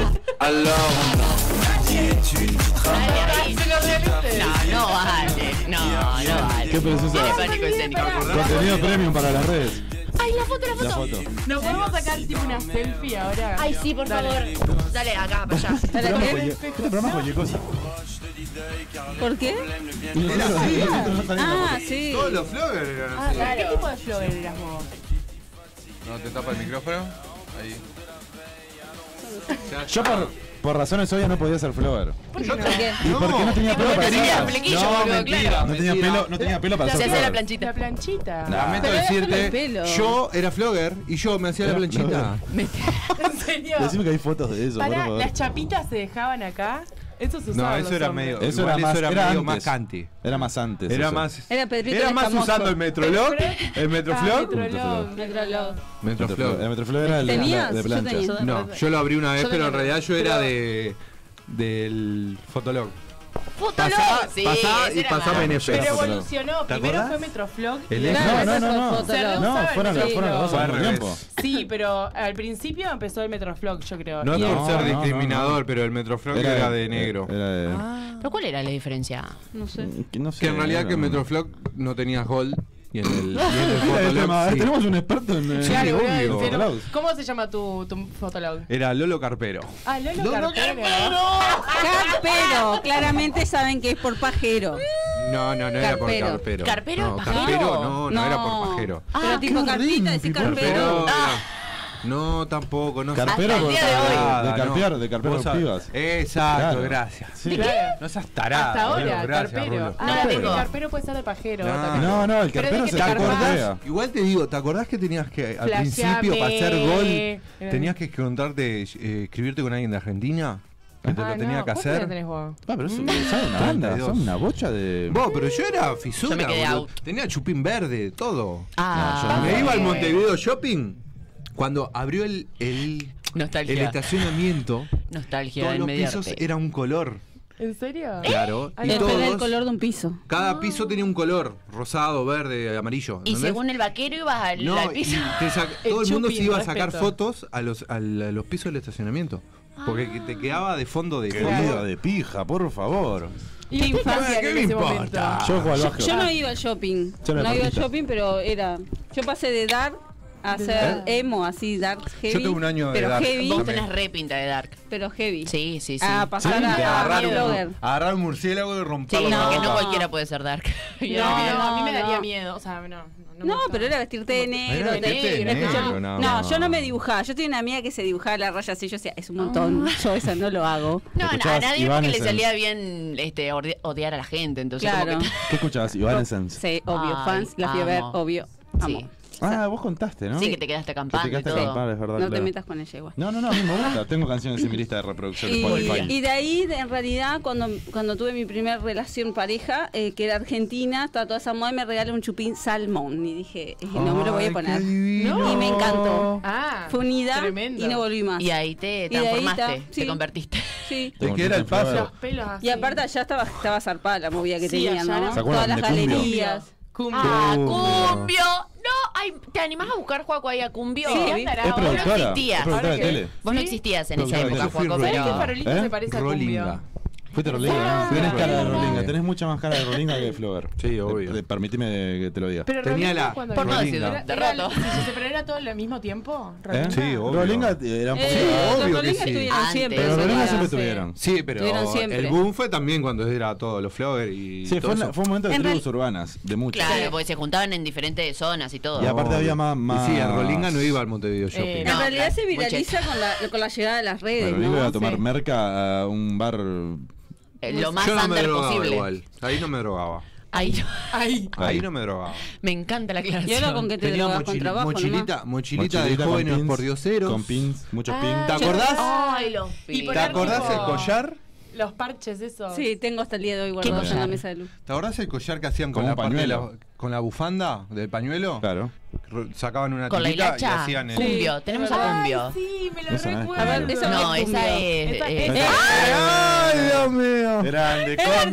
H: Dale ahí.
E: Se lo realicé.
H: No, no vale. No, no vale.
B: Qué perezosa.
H: Tiene pánico escénico.
B: Contenido premium para las redes.
H: Ay, la foto, la
B: La
H: foto.
B: foto.
E: Nos podemos sacar tipo una selfie ahora.
H: Ay, sí, por favor. Dale, acá, para allá.
D: ¿Para
B: Programa
D: qué?
B: cualquier- Este programa es cualquier cosa.
D: ¿Por qué?
B: Y nosotros y nosotros no salimos.
D: Ah, sí.
C: Todos los floggers eran así.
E: ¿Qué tipo de flogger eras vos?
C: Ah. No, te tapa el micrófono. Ahí.
B: Yo por, por razones obvias no podía hacer flower.
D: ¿Por qué?
B: ¿Y por qué no tenía pelo para hacer
H: tenía
B: flower?
H: flequillo,
C: No,
H: boludo,
C: mentira.
H: claro.
B: No tenía
C: Mentira.
B: pelo, no tenía pelo para
H: Se
B: hacer
H: hace la
B: flower.
H: planchita.
E: La planchita.
C: Lamento
D: Pero era solo el
C: decirte,
D: pelo.
C: yo era flogger y yo me hacía la
B: Era
C: planchita.
E: ¿En serio?
B: Decime que hay fotos de eso,
E: Pará,
B: por favor.
E: las chapitas se dejaban acá. Eso se
C: No,
E: usaba.
C: eso era medio.
B: Eso era
C: igual
B: más,
C: eso era,
B: era
C: medio
B: antes.
C: más canti.
B: Era más antes.
C: Era
B: eso.
C: más.
D: Era Pedrito
C: Era
D: el
C: más
D: Escamoso.
C: usando el Metrolog. El
E: Metroflog.
C: Metroflog.
B: Metroflor. El
C: Metroflog.
B: Metroflor era el de-
D: ¿Tenías?
B: de
D: Yo
B: planchas.
D: tenía.
C: No, yo lo abrí una vez,
H: Yo
C: pero en
H: también.
C: realidad yo era de. del Fotolog.
H: Puto
C: Pasá,
H: no. Sí,
C: pasá
H: ese
C: y
H: era
C: pasaba
H: más.
C: en F.
E: Pero
B: Era fotolog.
E: evolucionó.
C: ¿Te
E: Primero
C: acordás?
E: fue Metroflog.
C: El
E: y-
C: ex-
D: Claro,
B: No, no,
D: esas
B: no, no.
D: fotos,
E: Se
D: las-
B: No,
E: rehusaban,
B: fueron
E: sí.
B: los fueron los dos
C: Fue
B: al
C: al
B: mismo
C: revés.
B: tiempo.
E: Sí, pero al principio empezó el Metroflog, yo creo.
C: No es
E: Y
B: No,
E: el-
C: por ser
B: no, no,
C: discriminador,
B: no.
C: pero el Metroflog era, de eh, negro.
B: Era de.
H: ¿Pero cuál era la diferencia?
D: No sé.
B: Que No sé,
C: que en realidad
B: era
C: que el
B: un-
C: Metroflog no tenía hold
J: y en el, y en el
B: Mira el
J: fotolog,
B: tema,
J: sí.
B: Tenemos un experto en. eh,
E: Claro,
B: obvio,
E: voy a decir-
B: Klaus.
E: ¿Cómo se llama tu, tu fotolog?
J: Era Lolo Carpero.
E: Ah, Lolo
C: ¡Lolo
E: Carpero.
D: Carpero, claramente saben que es por pajero.
J: No, no, no era por Carpero.
D: Carpero.
H: ¿Carpero
J: No,
H: es pajero?
J: Carpero no, no, era por pajero.
D: Pero tipo carpita, decís carpero.
J: Carpero era- No, tampoco, no sé.
B: Carpero
H: Hasta el
B: por-
H: día de hoy.
B: de
J: Ah,
B: carpear, de carpear
J: Vos
B: por
J: sab-
B: pibas.
J: Exacto,
B: Claro.
J: gracias.
B: Sí.
J: No seas tarada.
C: Ah,
E: Hasta ahora,
J: gracias,
E: Carpero.
J: Rulo.
E: Ah,
H: No,
E: el
H: tengo.
E: Carpero puede ser de pajero.
J: No.
E: también.
B: No, no, el
E: Pero
B: carpero
E: es
B: se
E: que te
B: carpea.
C: Igual te digo, ¿te acordás que tenías que al
E: Flasheame.
C: principio para hacer gol tenías que contarte, eh, escribirte con alguien de Argentina? Que te
E: Ah,
C: lo
E: no,
C: tenía que
E: ¿cuánto le
C: hacer.
E: tenés vos?
B: Ah, pero eso son una banda,
J: 32.
B: son una bocha de.
C: Vos, pero yo era fisura,
H: Yo me quedé
J: boludo.
H: out.
J: Tenía chupín verde, todo.
H: Ah,
C: Me iba al Montevideo Shopping cuando abrió el, el, el
H: nostalgia.
J: estacionamiento.
H: Nostalgia
J: Todos
H: en
J: los
H: medio.
J: pisos era un color.
E: ¿En serio?
J: Claro.
E: Eh. Ay,
J: Y
E: depende
D: Depende del
J: todos,
D: color de un piso.
J: cada piso tenía un color. Rosado, verde, amarillo.
H: Y
J: ¿entendés?
H: según el vaquero ibas al,
J: No,
H: al
J: y
H: piso.
J: te sac-
E: El
J: todo el mundo se
E: shopping,
J: iba a sacar
E: respeto.
J: fotos a los, a la- a los pisos del estacionamiento. Porque que te quedaba de fondo de
B: Qué vida de pija, por favor.
E: ¿Y qué infancia
J: ¿Qué
E: en
J: me
E: ese
J: importa?
E: momento?
B: Yo juego al
D: Yo, yo
B: básquet.
D: no iba al shopping.
B: Yo era
D: No iba al
B: deportista.
D: shopping, pero era. Yo pasé de dar a ser emo, así, dark heavy.
C: tuve un año de
D: pero
C: dark.
D: heavy,
H: Vos tenés repinta de Dark.
D: pero heavy.
H: Sí, sí, sí.
D: A pasar
B: Sí,
D: a,
B: de
D: a
C: agarrar un-
D: blogger.
C: Agarrar un murciélago y
H: Sí,
C: romperlo.
H: no,
C: con la
H: que
C: boca.
H: no cualquiera puede ser Dark.
E: No, no, a mí me daría
D: no.
E: miedo. O sea, no. No, me
D: No,
E: gusta.
D: pero era vestirte de negro.
C: Era vestirte de
D: de-
C: negro,
D: escuchá,
C: no,
D: no,
C: no.
D: yo no me dibujaba. Yo tenía una amiga que se dibujaba la raya así. Yo decía, es un montón. Yo eso no lo hago.
H: No, a- a
B: Escuchabas
H: nadie
B: Iván
H: porque le
B: Essence.
H: salía bien este, orde- odiar a la gente. Entonces, como
D: Claro.
H: que-
B: ¿Qué escuchabas? Iván Essence.
D: Sí, obvio,
H: Ay,
D: fans. La fui a ver,
H: amo.
D: obvio.
H: Sí.
D: Amo.
B: Ah, vos contaste, ¿no?
H: Sí, que te quedaste acampando
B: Que te quedaste
H: y todo.
B: acampar, es verdad.
D: No te
B: claro.
D: metas con ella igual.
B: No, no, no, a mí me gusta. Tengo canciones en mi lista de reproducción de
D: Y,
B: Spotify.
D: y de ahí, de- en realidad, cuando, cuando tuve mi primera relación pareja, eh, que era argentina, estaba toda esa moda y me regaló un chupín salmón. Y dije, eh, no me lo voy
C: Ay,
D: a
C: qué
D: poner.
C: divino.
D: Y me encantó.
E: Ah,
D: Fue unida
E: tremendo.
D: y no volví más.
H: Y ahí te
D: Y de ahí
H: transformaste,
D: está, sí.
H: te convertiste.
D: Sí.
C: Te queda el paso.
E: Los pelos
H: Ah,
E: así.
D: Y aparte allá estaba, estaba zarpada la movida que
E: Sí,
D: tenían,
E: allá
D: ¿no?
E: era-
B: ¿Se acuerdan
D: Todas las
B: de Cumbio?
D: galerías.
E: Cumbia.
H: ¡Ah,
B: Cumbio.
H: cumbio! No, ay, ¿te animás a buscar, Juaco, ahí a cumbio?
D: Sí,
H: ¿Qué
D: es
H: andará?
B: Es
H: Vos no
B: productora. Es
H: existías.
B: productora de
E: ¿Ahora qué?
B: tele.
H: Vos no
E: ¿Sí?
H: existías en esa
J: Productora de
H: época,
J: tele.
H: Juaco,
J: Fui
E: ¿Sabés que
H: pero...
E: Farolito
B: ¿Eh?
E: se parece a
J: Rolinga.
E: Cumbio?
B: Fuiste rolinga,
D: Ah.
B: ¿no? Tenés cara de rolinga. Tenés mucha más cara de rolinga que de Flover.
J: Sí, obvio.
B: De- de- Permitime que te lo diga. ¿Eh?
E: Pero
J: Tenía
E: Rolinga
J: la-
E: cuando
H: Por no
E: era-
H: decirlo,
E: era-
H: de
E: era-
H: rato.
E: sí, sí, sí, pero era todo al mismo tiempo.
B: ¿Eh?
E: Rolinga.
J: Sí, obvio.
B: Rolinga era un poco.
D: Eh,
J: obvio
D: los
J: que
D: colegas
J: sí.
D: estuvieron
H: Antes.
D: siempre.
B: Pero
H: eso
B: Rolinga
H: era,
B: siempre
D: sí.
B: estuvieron.
J: Sí, pero
D: Estuvieron siempre.
J: el boom fue también cuando era todo, los flowers y
B: Sí,
J: todo
B: fue, una-
J: eso.
B: fue un momento de
D: En
B: tribus urbanas, de muchas.
H: Claro, porque se juntaban en diferentes zonas y todo.
B: Y aparte había más- más-
J: Y sí, el Rolinga no iba al Montevideo Shopping.
E: Eh,
H: No,
D: en realidad
H: claro,
D: se viraliza con la, con la llegada de las redes,
B: Bueno, yo
D: ¿no?
B: iba a tomar
E: Sí.
B: merca a un bar.
H: Eh, Lo más
J: Yo no me
H: under
J: drogaba
H: posible.
J: igual. Ahí no me drogaba.
H: Ay, no. Ay,
J: Ahí no me drogaba.
H: me encanta la
D: Y
H: aclaración.
D: ahora con que te drogas con
J: mochili-
D: trabajo,
J: mochilita,
D: nomás.
J: mochilita de
B: con
J: jóvenes
B: pins,
J: por dioseros.
B: Con pins, muchos
E: Ah,
J: ¿Te
H: Ah,
B: pins.
J: acordás?
H: Ay, los
E: Y
H: pibes.
E: por
J: ¿Te
E: Poner
J: acordás
E: tipo-
J: el collar?
E: Los parches esos.
D: Sí, tengo hasta el día de hoy
H: ¿Qué
D: guardado en
H: cosa?
D: la mesa de luz.
J: ¿Te acordás el collar que hacían con
B: Como
J: la
B: un
J: parte de la,
B: pañuelo.
J: con la bufanda del pañuelo?
B: Claro.
J: Ro- Sacaban una
H: Con la
J: tirita y
H: hilacha.
J: hacían el.
H: Cumbio, tenemos a Cumbio.
E: Ay, sí, me lo
B: Esa no es.
E: recuerdo.
D: A ver, esa
H: No,
D: es
H: esa es.
E: Esa-
H: eh,
E: esa-
J: ¡Ay, Dios mío!
B: Grande,
D: Se Ah,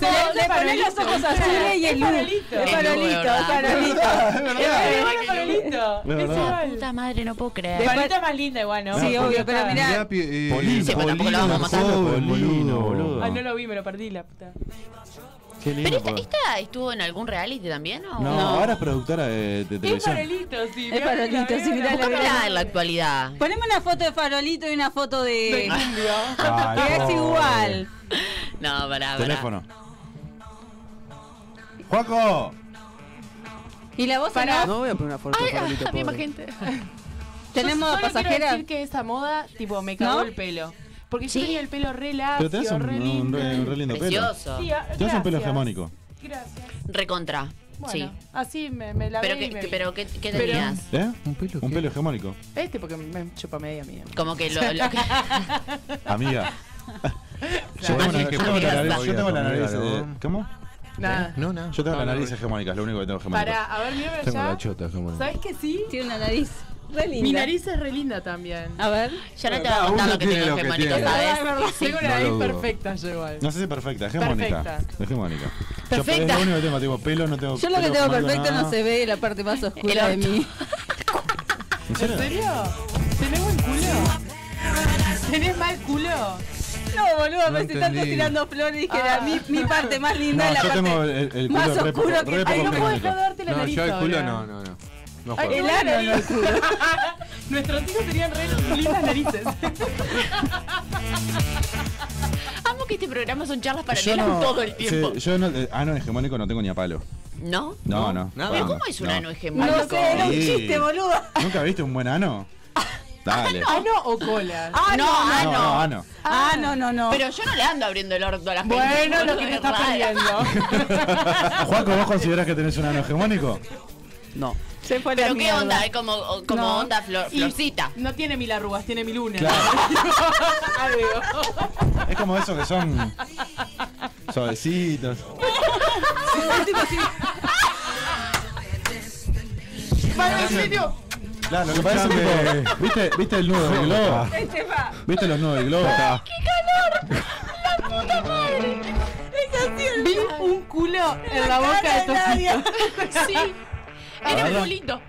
D: le, le ponen los ojos azules y el luz. Es farolito,
H: Es
D: es farolito.
E: Ay, Farolito.
B: Es verdad.
E: Es igual.
H: Puta madre, no puedo creer.
E: Farolito es más linda igual, ¿no?
D: Sí, obvio, pero mirá.
J: Mirá, pi- eh,
B: Polino.
H: Sí, pero tampoco la vamos a matar.
J: joven, boludo.
E: Ay, Ah, no lo vi, me lo perdí, la puta.
B: Qué
H: Pero
B: lindo.
H: esta, esta estuvo en algún reality también, ¿o?
B: No, ahora es productora de, de
E: Es
B: televisión.
E: farolito, sí.
D: Es
E: mirá,
D: farolito,
E: la veo,
D: sí, mirá,
E: la
D: la
E: veo.
D: veo.
H: Buscámela en la actualidad.
D: Poneme una foto de farolito y una foto de. Que
J: Ah, Ay,
D: es
J: pobre.
D: igual.
H: No, pará, pará.
B: Teléfono. ¡Juaco!
D: Y la voz
E: Pará.
D: en off,
F: No voy a poner una foto de Farolito,
E: Había más
F: pobre.
E: gente.
D: tenemos
E: Yo solo quiero
D: pasajeras.
E: decir que esa moda, tipo, me cagó
D: ¿No?
E: el pelo. Porque
H: Sí.
E: yo tenía el pelo re
B: Pero tenés
E: lacio,
B: un,
E: re
B: un,
E: lindo.
B: re, un re lindo pelo.
H: Precioso.
E: Sí, a-
B: Tenés un pelo
E: gracias.
B: hegemónico.
E: Gracias.
H: Recontra.
E: Bueno,
H: Sí.
E: así me, me la
H: Pero,
E: ve y
H: que,
E: me
H: que-
E: vi.
H: pero ¿qué, qué
E: Pero-
H: tenías?
B: ¿Eh?
J: ¿Un pelo
B: Un
J: qué?
B: pelo hegemónico.
E: Este porque me chupa media mía.
H: Como que lo. lo-
B: Amiga. Yo
J: Claro.
B: tengo, una-
J: Así
B: yo
J: que
B: tengo la
H: amigas,
B: nariz, yo tengo la
J: amigas,
B: nariz,
J: ¿no?
B: eh, ¿Cómo?
E: Nada.
J: No, no.
B: Yo tengo la
J: No,
B: nariz
J: no,
B: hegemónica, es lo único que tengo hegemónica.
E: Pará, a ver, mira
J: Tengo
E: allá.
J: la chota, como.
E: ¿Sabes que sí?
D: Tiene una nariz re linda. Ah,
E: Mi nariz es re linda también. Ah,
D: A ver.
H: ya no te
J: Cada
H: va a contar
J: uno
H: lo que
J: tiene
H: tengo
J: lo que
H: hegemónico,
J: tiene.
H: ¿sabes?
E: Tengo una
J: No lo
E: nariz
J: dudo.
E: perfecta yo igual.
B: No sé si perfecta, hegemónica.
E: Perfecta.
B: Hegemónica. Yo,
H: Perfecta.
B: es lo único que tengo, tengo pelo, no tengo
D: Yo lo que
B: pelo
D: tengo
B: hegemónico,
D: perfecto
B: nada.
D: no se ve la parte más oscura de
H: El orto.
D: mí.
B: ¿En
E: ¿En
B: serio?
E: serio? ¿Tenés buen culo? ¿Tenés mal culo?
D: No, boludo,
J: No
D: me estoy tanto
J: entendí.
D: tirando flores. Dije, la- mi, mi parte más linda
B: No,
D: es la
B: yo
D: parte
B: tengo el- el- el
D: más
B: culo re
D: oscuro
B: poco-
D: que
B: re
D: Ay,
E: Ay,
D: no
E: no
B: poco
D: puedo-
E: puedo
B: técnico.
E: dejar de darte la
J: No,
E: nariz.
J: yo el culo
E: ahora.
J: no, no, no. No
E: Ay,
J: juego.
E: el ano, no el culo. Nuestros hijos tenían re lindas narices.
H: Amo que este programa son charlas para
B: Yo no-
H: todo el
B: sí,
H: tiempo.
B: yo no, eh, ano hegemónico no tengo ni a palo.
H: ¿No?
B: No, no.
J: nada.
H: ¿Pero
B: no,
H: cómo es un
B: no.
H: ano hegemónico?
D: No sé, era un
B: Sí.
D: chiste, boludo.
B: ¿Nunca viste un buen ano? Dale.
E: ¿Ano o cola?
H: Ah, no, ah,
B: no,
H: no.
B: no, ano.
D: Ah, no, no, no.
H: Pero yo no le ando abriendo el orto a la gente.
E: Bueno, lo que
H: es
E: te estás
H: raro.
E: perdiendo.
B: Juanco, ¿vos considerás que tenés un ano hegemónico?
F: No.
D: Se fue la
H: Pero qué
D: mierda.
H: onda, es como, o- como
E: No.
H: onda flor,
E: Y-
H: florcita.
E: No tiene mil arrugas, tiene mil una.
B: Claro.
E: Algo.
B: Es como esos que son suavecitos.
E: Vale, en serio.
B: Claro, lo que parece que. ¿Viste, ¿Viste el nudo del globo?
D: Este va.
B: ¿Viste los nudos del globo?
D: Es así el-
E: Vi un culo en la boca de tu
D: Nadia.
H: Sí. Era un culito.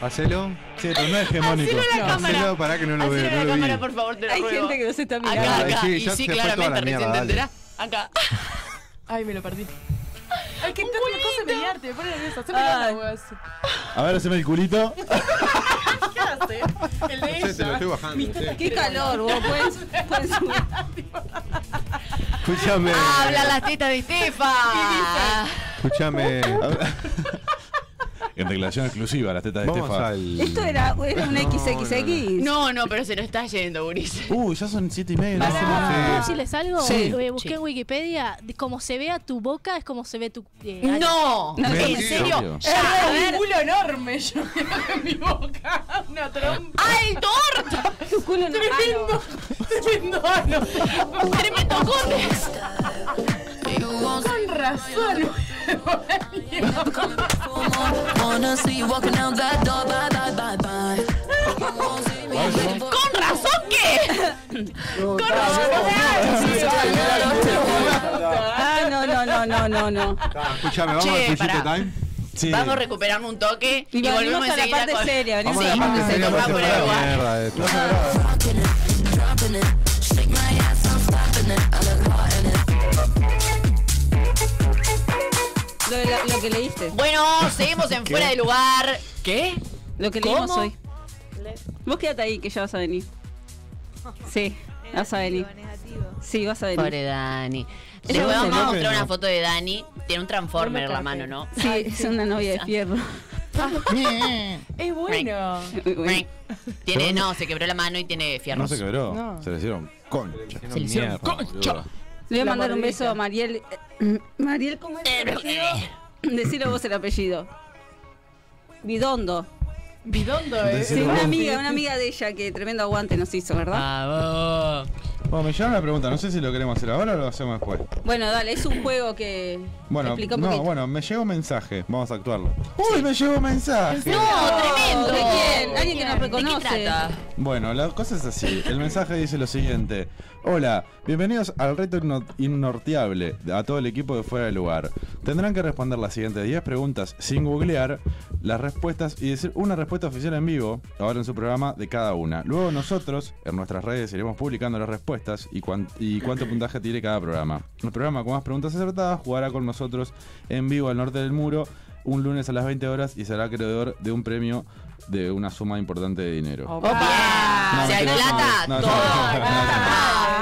J: Hacelo.
B: Sí, pero no es hegemónico.
H: Hacelo a la cámara.
J: Hacelo para que no lo
H: Hacelo
J: veo.
H: a la
J: No lo
H: cámara,
J: vi.
H: por favor, te lo
D: Hay
H: ruego.
D: gente que nos está
H: Acá,
D: mirando.
J: Ay,
H: acá.
J: sí,
H: y
J: ya
H: sí,
J: se fue toda la
H: claramente recién
J: mierda, dale.
H: entenderá. Acá.
E: Ay, me lo perdí. Ay, que
H: Un
E: tanto me cosa
H: culito.
E: mediarte, me pone nerviosa. Haceme
D: Ay.
E: la hueá así.
B: A ver, haceme el culito.
E: ¿Qué hace? El de
J: No sé, te lo
E: ella.
J: estoy bajando. no sé.
D: Qué calor, vos. Pueden, pueden subir.
J: Escúchame.
H: Habla las tetas de Estefa.
J: Escúchame.
B: En declaración exclusiva, las tetas de
J: Vamos
B: Estefa.
J: al.
D: Esto era, era un XXX.
H: No, no, pero se nos está yendo, Ulises.
B: Uh, ya son siete y media. ¿no?
J: Pará.
K: ¿Puedo decirles algo?
B: Sí.
K: Eh, busqué
H: Sí.
K: en Wikipedia, de- como se vea tu boca es como se ve tu... eh, ano.
H: No, en
J: Mentira.
H: serio. Ya, a
E: Era un
H: ver.
E: culo enorme. Yo me hago en mi boca. Una trompa.
H: ¡Alto orto!
D: Tu culo no. ah, no.
E: Tremendo. Tremendo ano.
H: ¡Tremendo corte!
E: Con razón.
H: ¿Con razón qué? ¿Con
D: Ah, no, no, no, no, no, no.
J: Ah, Escúchame, vamos
H: Che,
J: al Sushito
H: pará.
J: Time.
B: Sí.
H: Vamos a recuperarnos un toque y,
D: Y
H: volvemos
D: venimos a la
H: enseguida
D: parte
H: con-
D: seria, venimos
J: Vamos a la
H: Sí,
J: parte
H: se
J: seria,
H: nos va
J: porque
H: por
J: es
H: el
J: una
H: lugar.
J: mierda esto.
D: Lo, de la- lo que leíste.
H: Bueno, seguimos en fuera de lugar. ¿Qué?
D: Lo que
H: ¿Cómo?
D: leímos hoy. Vos quédate ahí que ya vas a venir. Sí, vas a venir. Sí, vas a venir.
H: Pobre Dani.
B: Sí,
H: Les voy a
B: no,
H: vamos a
B: no,
H: mostrar
B: no.
H: una foto de Dani. Tiene un transformer en la mano, ¿no?
D: Sí, es una novia de fierro.
E: Es bueno.
H: Tiene, no, se quebró la mano y tiene
B: No
H: fierros.
B: se quebró.
E: No.
B: Se le hicieron concha.
H: Se le hicieron concha.
D: Le voy a
E: La
D: mandar un
E: mordidita.
D: beso a Mariel. Eh, Mariel, ¿cómo es el apellido?
H: eh,
D: Decilo vos el apellido. Bidondo.
E: Bidondo, eh.
D: Sí,
B: Decilo
D: una
B: vos. Ah.
D: amiga, una amiga de ella que tremendo aguante nos hizo, ¿verdad?
H: Vamos.
B: Bueno, me llegaron la pregunta. No sé si lo queremos hacer ahora o lo hacemos después.
D: Bueno, dale, es un juego que
B: Bueno,
D: explica un
B: no,
D: poquito.
B: bueno, me llegó un mensaje. Vamos a actuarlo. ¡Uy, me llegó un mensaje!
H: No, tremendo.
D: ¿De quién? Alguien que nos
H: ¿De qué
D: reconoce.
H: trata?
B: Bueno, la cosa es así. El mensaje dice lo siguiente. Hola, bienvenidos al reto inno- innorteable a todo el equipo de fuera de lugar. Tendrán que responder las siguientes 10 preguntas sin googlear las respuestas y decir una respuesta oficial en vivo, ahora en su programa, de cada una. Luego nosotros, en nuestras redes, iremos publicando las respuestas y, cuán- y cuánto puntaje tiene cada programa. El programa con más preguntas acertadas jugará con nosotros en vivo al norte del muro un lunes a las 20 horas y será acreedor de un premio de una suma importante de dinero.
H: Opa.
B: No,
H: Si hay
B: mentira,
H: plata,
B: no, no,
H: todo.
B: no, no,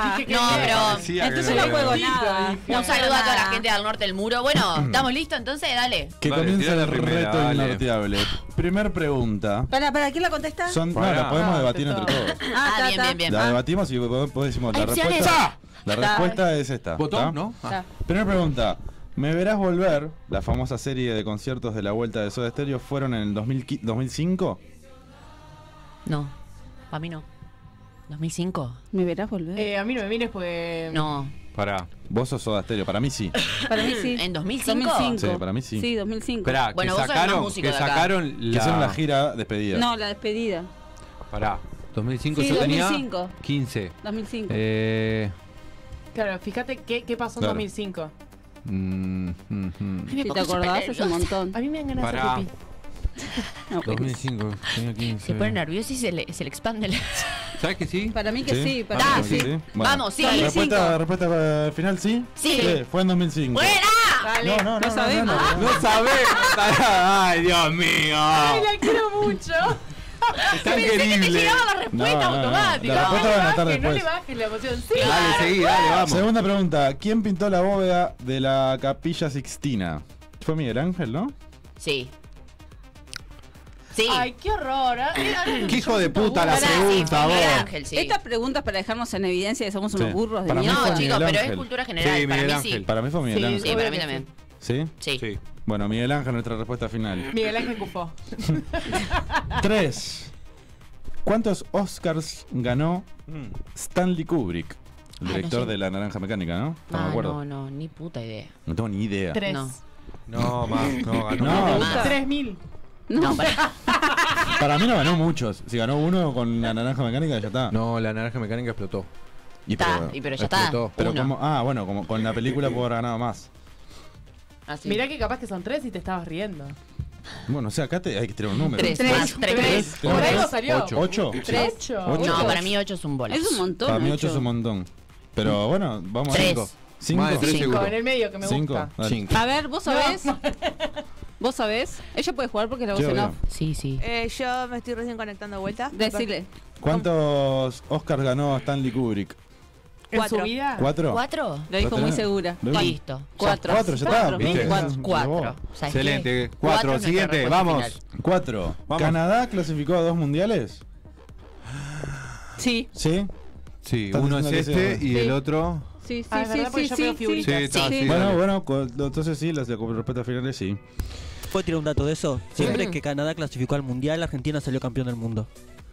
E: Ah, dije que
H: No,
E: bien.
H: pero
J: Decía que
D: Entonces
J: lo
D: no
J: veo.
D: juego nada.
H: un saludo a toda la gente del norte del muro.
B: Mm.
H: Bueno, ¿estamos listos entonces? Dale.
B: Que
J: Dale,
B: comienza
J: tira la
B: el
J: primera,
B: reto
J: dale.
B: innorteable. Primer pregunta.
D: ¿Para, para quién la contesta?
B: Son, no,
J: Pará.
B: la podemos
E: Ah,
B: debatir
E: empezó.
B: entre todos.
H: Ah,
D: ta,
H: bien,
D: ta.
H: bien, bien.
B: La
H: Ah.
B: debatimos y podemos podemos decir la
H: Opciones.
B: respuesta. La respuesta es esta. ¿tá?
J: ¿Botón? ¿No? Ah.
B: Primera pregunta. Me verás volver. La famosa serie de conciertos de la vuelta de Soda Stereo fueron en el 2000 2005.
H: No, a mí no. ¿2005?
D: ¿Me verás volver?
E: Eh, a mí no me mires porque.
H: No.
J: Pará.
B: Vos sos Soda Stereo, para mí sí.
D: para mí sí.
H: ¿En 2005?
B: Sí, para mí sí.
D: Sí, 2005.
J: Esperá,
H: Bueno, vos
J: que
H: sos el más
J: sacaron,
H: músico
J: que
H: de acá.
J: sacaron
B: Que hicieron la
J: la...
B: gira despedida.
D: No, la despedida.
J: Pará. 2005
D: Sí,
J: yo
D: 2005.
J: tenía 15.
D: 2005.
J: Eh,
E: Claro, fíjate qué, qué pasó en
B: Claro.
E: 2005.
J: mm, mm, mm.
H: Ay, me
D: si te
H: pongo súper
D: acordás, es un
H: nerviosa.
D: montón.
E: A mí me dan ganas de
J: Pará.
E: hacer pipí.
D: No, pues.
J: 2005, tenía 15.
H: Se pone nervioso y se le, se le expande la...
J: ¿Sabes que sí?
D: Para mí que sí, para
B: Ah,
D: mí que sí.
B: Bueno.
D: Vamos, sí.
B: Respuesta,
D: 2005.
B: respuesta para el final, sí.
D: Sí.
B: Fue en 2005.
D: Dale.
B: No, no, no, no,
D: sabemos.
B: no, no, no.
J: No sabés. Ay, Dios mío.
E: Ay, la quiero mucho.
J: Es tan Pensé que te querible. llegaba la respuesta No, no, no. automática. La respuesta
E: no,
J: van a estar
E: le bajes, no le
B: después.
E: bajes la emoción. Sí.
J: Dale, seguí, dale, vamos.
B: Segunda pregunta. ¿Quién pintó la bóveda de la Capilla Sixtina? Fue Miguel Ángel, ¿no?
H: Sí. Sí.
E: Ay, qué horror. ¿eh?
B: Qué hijo de puta
D: la Pará, sí,
B: pregunta,
D: Miguel
B: vos.
D: Ángel, sí. Estas preguntas para dejarnos en evidencia que somos unos
B: Sí.
D: burros de
B: Para mí
D: mierda.
B: fue Miguel Ángel.
H: general, para mí sí.
B: Para mí fue Miguel
H: Sí,
B: Ángel.
H: sí, para mí también.
B: ¿Sí?
H: Sí.
B: Bueno, Miguel Ángel, nuestra respuesta final.
E: Miguel Ángel Cufó.
H: Ah.
B: Tres. ¿Cuántos Oscars ganó Stanley Kubrick? El
H: Ay,
B: director
H: Ah, no sé.
B: de La Naranja Mecánica, ¿no? No
H: Ah,
B: me acuerdo.
H: no, no, ni puta idea.
B: No tengo ni idea.
H: Tres. No.
J: No, más, no, ganó.
B: No,
H: Más.
E: 3000.
H: No, para.
B: Para mí no ganó muchos. Si ganó uno con la naranja mecánica, ya está.
J: No, la naranja mecánica explotó.
B: Y
H: Está, y pero ya está,
B: Pero
H: uno.
B: como, ah, bueno, como con la película puedo haber ganado más.
H: Así.
E: Mirá que capaz que son tres y te estabas riendo.
B: Bueno, o sea, acá te, hay que tirar un número.
H: Tres, Tres, más tres. tres.
E: Por algo salió.
B: Ocho. ¿Ocho?
E: Tres.
B: Sí.
E: Ocho.
B: Ocho.
H: No, para mí 8 es un bolas.
D: Es un montón.
B: Para mí
D: ocho.
B: ocho es un montón. Pero bueno, vamos
H: Tres.
B: a cinco.
J: Más de tres
B: Cinco.
J: seguro.
E: En el medio que me
B: Cinco.
E: gusta.
B: Dale.
D: A ver, vos sabés. Vos sabés. Ella puede jugar porque la voz
B: Sí,
D: en
B: obvio.
D: off.
H: Sí, sí.
G: Eh, yo me estoy recién conectando de vuelta.
D: Decile.
B: ¿Cuántos Oscars ganó Stanley Kubrick?
E: ¿En
G: Cuatro.
E: su vida?
B: ¿Cuatro?
H: ¿Cuatro?
D: Lo dijo muy segura.
B: ¿Lo dijo?
H: Listo.
D: Cuatro.
B: Cuatro, ya está.
D: Cuatro.
B: ¿viste?
H: Cuatro.
B: Cuatro.
H: ¿Sabes qué?
J: Eh, Excelente. Cuatro,
H: Cuatro es nuestra
J: siguiente,
H: respuesta
J: vamos.
H: final.
B: Cuatro. ¿Canadá clasificó a dos mundiales?
D: Sí,
B: Sí.
J: Sí,
B: Estás
J: uno es
B: diciendo que
J: este
B: sí,
J: y el
D: Sí.
J: otro.
D: sí, sí,
E: Ah, es
D: sí,
E: verdad, porque
D: sí,
E: yo
D: sí,
E: veo
D: sí.
J: Sí, está, sí.
B: Bueno,
J: dale.
B: bueno, cu- entonces sí, las respuestas finales sí.
F: ¿Puedo tirar un dato de eso? Siempre que Canadá clasificó al mundial, Argentina salió campeón del mundo.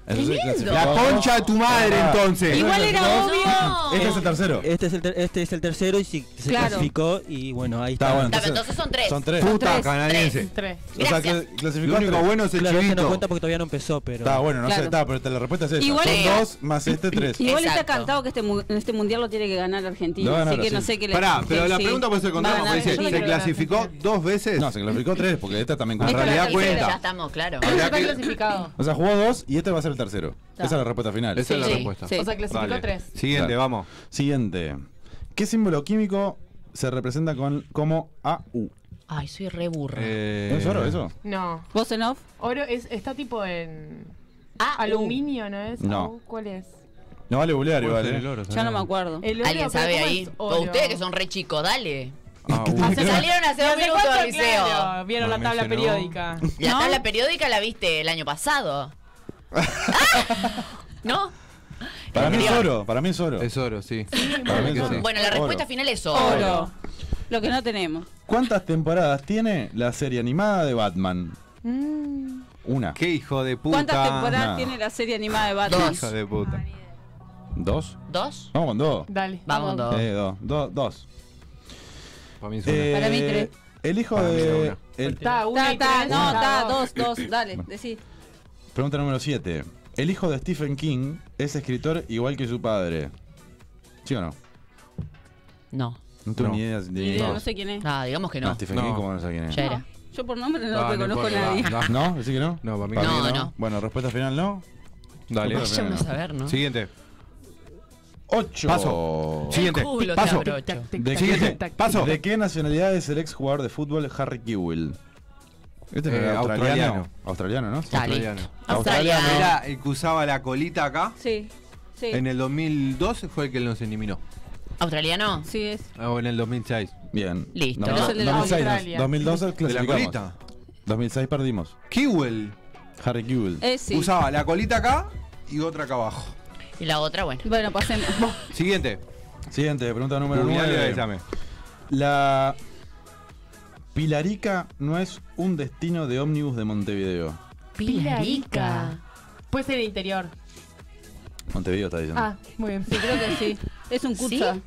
B: Entonces clasificó-
J: La concha de tu madre,
B: Ah.
J: entonces.
D: Igual era
B: ¿Dos?
D: obvio.
B: Este es el tercero.
F: Este es el, ter- este es el tercero y si- se
D: Claro.
F: clasificó y bueno, ahí
B: Está
F: está.
B: bueno,
H: Está, pero entonces son tres.
B: Son tres.
J: Puta canadiense.
E: Tres.
B: O sea,
H: Gracias.
B: que clasificó
J: Lo único
B: tres.
J: bueno es el
F: Claro, este no
J: chivito.
F: cuenta porque todavía no empezó, pero...
B: Está bueno, no sé,
D: Claro.
B: está, pero te- la respuesta es esa.
D: Igual
B: Son
D: es-
B: dos más este tres.
D: Igual está
H: Exacto.
D: cantado que este, mu- este mundial lo tiene que ganar Argentina.
B: Lo va a ganar
D: así que no
B: Brasil.
D: sé qué le
J: Pará, pero
D: que
J: la
D: sí.
J: pregunta pues se
D: Va a
J: contamos.
D: ganar
J: Dice,
D: Brasil.
J: ¿se clasificó dos veces?
B: No, se clasificó tres porque esta también
J: En
B: cuenta.
J: realidad
H: Sí,
J: cuenta.
H: pero Ya estamos, claro.
J: Habrá
E: Está
J: que-
E: clasificado.
B: O sea, jugó dos y este va a ser el tercero.
E: Está.
B: Esa es la respuesta final.
J: Esa es la
H: Sí.
J: respuesta.
D: Sí.
E: O sea, clasificó
J: Vale.
E: tres.
J: Siguiente,
B: Claro.
J: vamos.
B: Siguiente. ¿Qué símbolo químico se representa con como AU?
H: Ay, soy re burra.
J: Eh,
B: ¿Es oro eso?
E: No.
D: ¿Vos en off?
E: Oro es, está tipo en.
H: Ah,
E: Aluminio, ¿no es?
B: No.
E: Au, ¿Cuál es?
B: No vale bulear igual.
J: Puede ser
B: eh.
J: el oro,
D: Ya no me
J: ¿sabes?
D: acuerdo.
E: El oro,
H: ¿Alguien
E: pero
H: sabe
E: ¿cómo
H: ahí?
E: es
H: O
E: oro?
H: ustedes que son re chicos, dale.
J: Ah, uh.
H: Se salieron hace dos
E: ¿Hace
H: minutos
E: cuánto,
H: del liceo.
E: claro, Vieron
J: No
E: la tabla
J: mencionó.
E: periódica.
H: La tabla periódica la viste el año pasado. Ah, ¿No?
B: Para mí es
H: Anterior.
B: oro, para mí es oro.
J: Es oro, sí.
B: Para mí es
J: Bueno,
B: oro.
H: Bueno, la
B: Oro.
H: respuesta final es oro.
D: Oro. Lo que no tenemos.
B: ¿Cuántas temporadas tiene la serie animada de Batman? Una.
J: Qué hijo de puta.
D: ¿Cuántas temporadas
B: no.
D: tiene la serie animada de Batman?
H: Dos.
J: Hijo de puta.
B: ¿Dos?
H: ¿Dos?
B: Vamos con dos.
E: Dale.
H: Vamos, dos.
B: Eh, dos. Do- dos.
J: Para mí es
B: Eh,
D: Para mí tres.
B: El hijo
J: Para mí era
B: de.
J: una.
B: el-
E: Está, una
D: Ta,
E: y
D: ta,
E: tres,
D: no,
E: está
D: ta,
E: dos.
D: dos, dos, dale, decí.
B: pregunta número 7. El hijo de Stephen King es escritor igual que su padre. ¿Sí o no?
H: No.
B: No tengo
J: No.
B: ni idea.
D: Ni idea, no sé quién es.
H: Ah, digamos que
B: No,
H: no.
B: Stephen
J: No.
B: King, ¿cómo no sé quién es?
H: Ya era.
D: Yo por nombre no
J: Ah, no
D: reconozco a
J: importa,
D: nadie.
J: va, va.
B: ¿No? ¿Decís que no?
J: No, para mí
B: Para
J: no.
B: mí
H: No, no.
B: Bueno, respuesta final no.
J: Dale.
B: Respuesta
H: Vaya uno a
B: final no.
H: saber, ¿no?
J: Siguiente.
B: 8.
J: Paso.
H: El culo
J: Siguiente.
H: te
J: Paso.
H: abrocho.
B: ¿De
E: Tic,
B: qué,
E: tac, tic, tac,
J: Paso.
B: ¿De qué nacionalidad es el ex jugador de fútbol Harry Kewell? Este
J: Eh,
B: era
J: australiano.
B: Australiano, ¿no?
H: Está listo.
J: Australiano.
H: Australiano.
J: Era el que usaba la colita acá.
D: Sí, sí.
J: En el 2002 fue el que nos eliminó.
H: ¿Australiano?
D: Sí es.
J: Ah, O en el 2006.
B: Bien.
H: Listo.
B: No,
H: Pero es el
E: de la
B: 2006,
E: Australia.
B: 2012
J: ¿De la
B: clasificamos.
J: colita?
B: 2006 perdimos.
J: Kiwell
B: Harry Kewell.
D: Es sí.
J: usaba la colita acá y otra acá abajo.
H: Y la otra, bueno.
D: Bueno, pasemos.
J: Siguiente.
B: Siguiente, pregunta número
J: Googlealo y
B: 9.
J: avísame.
B: La Pilarica no es un destino de ómnibus de Montevideo.
H: Pilarica.
E: Puede ser el interior.
B: Montevideo está diciendo.
E: Ah, muy bien.
D: Yo creo que sí. Es un curso.
H: ¿Sí?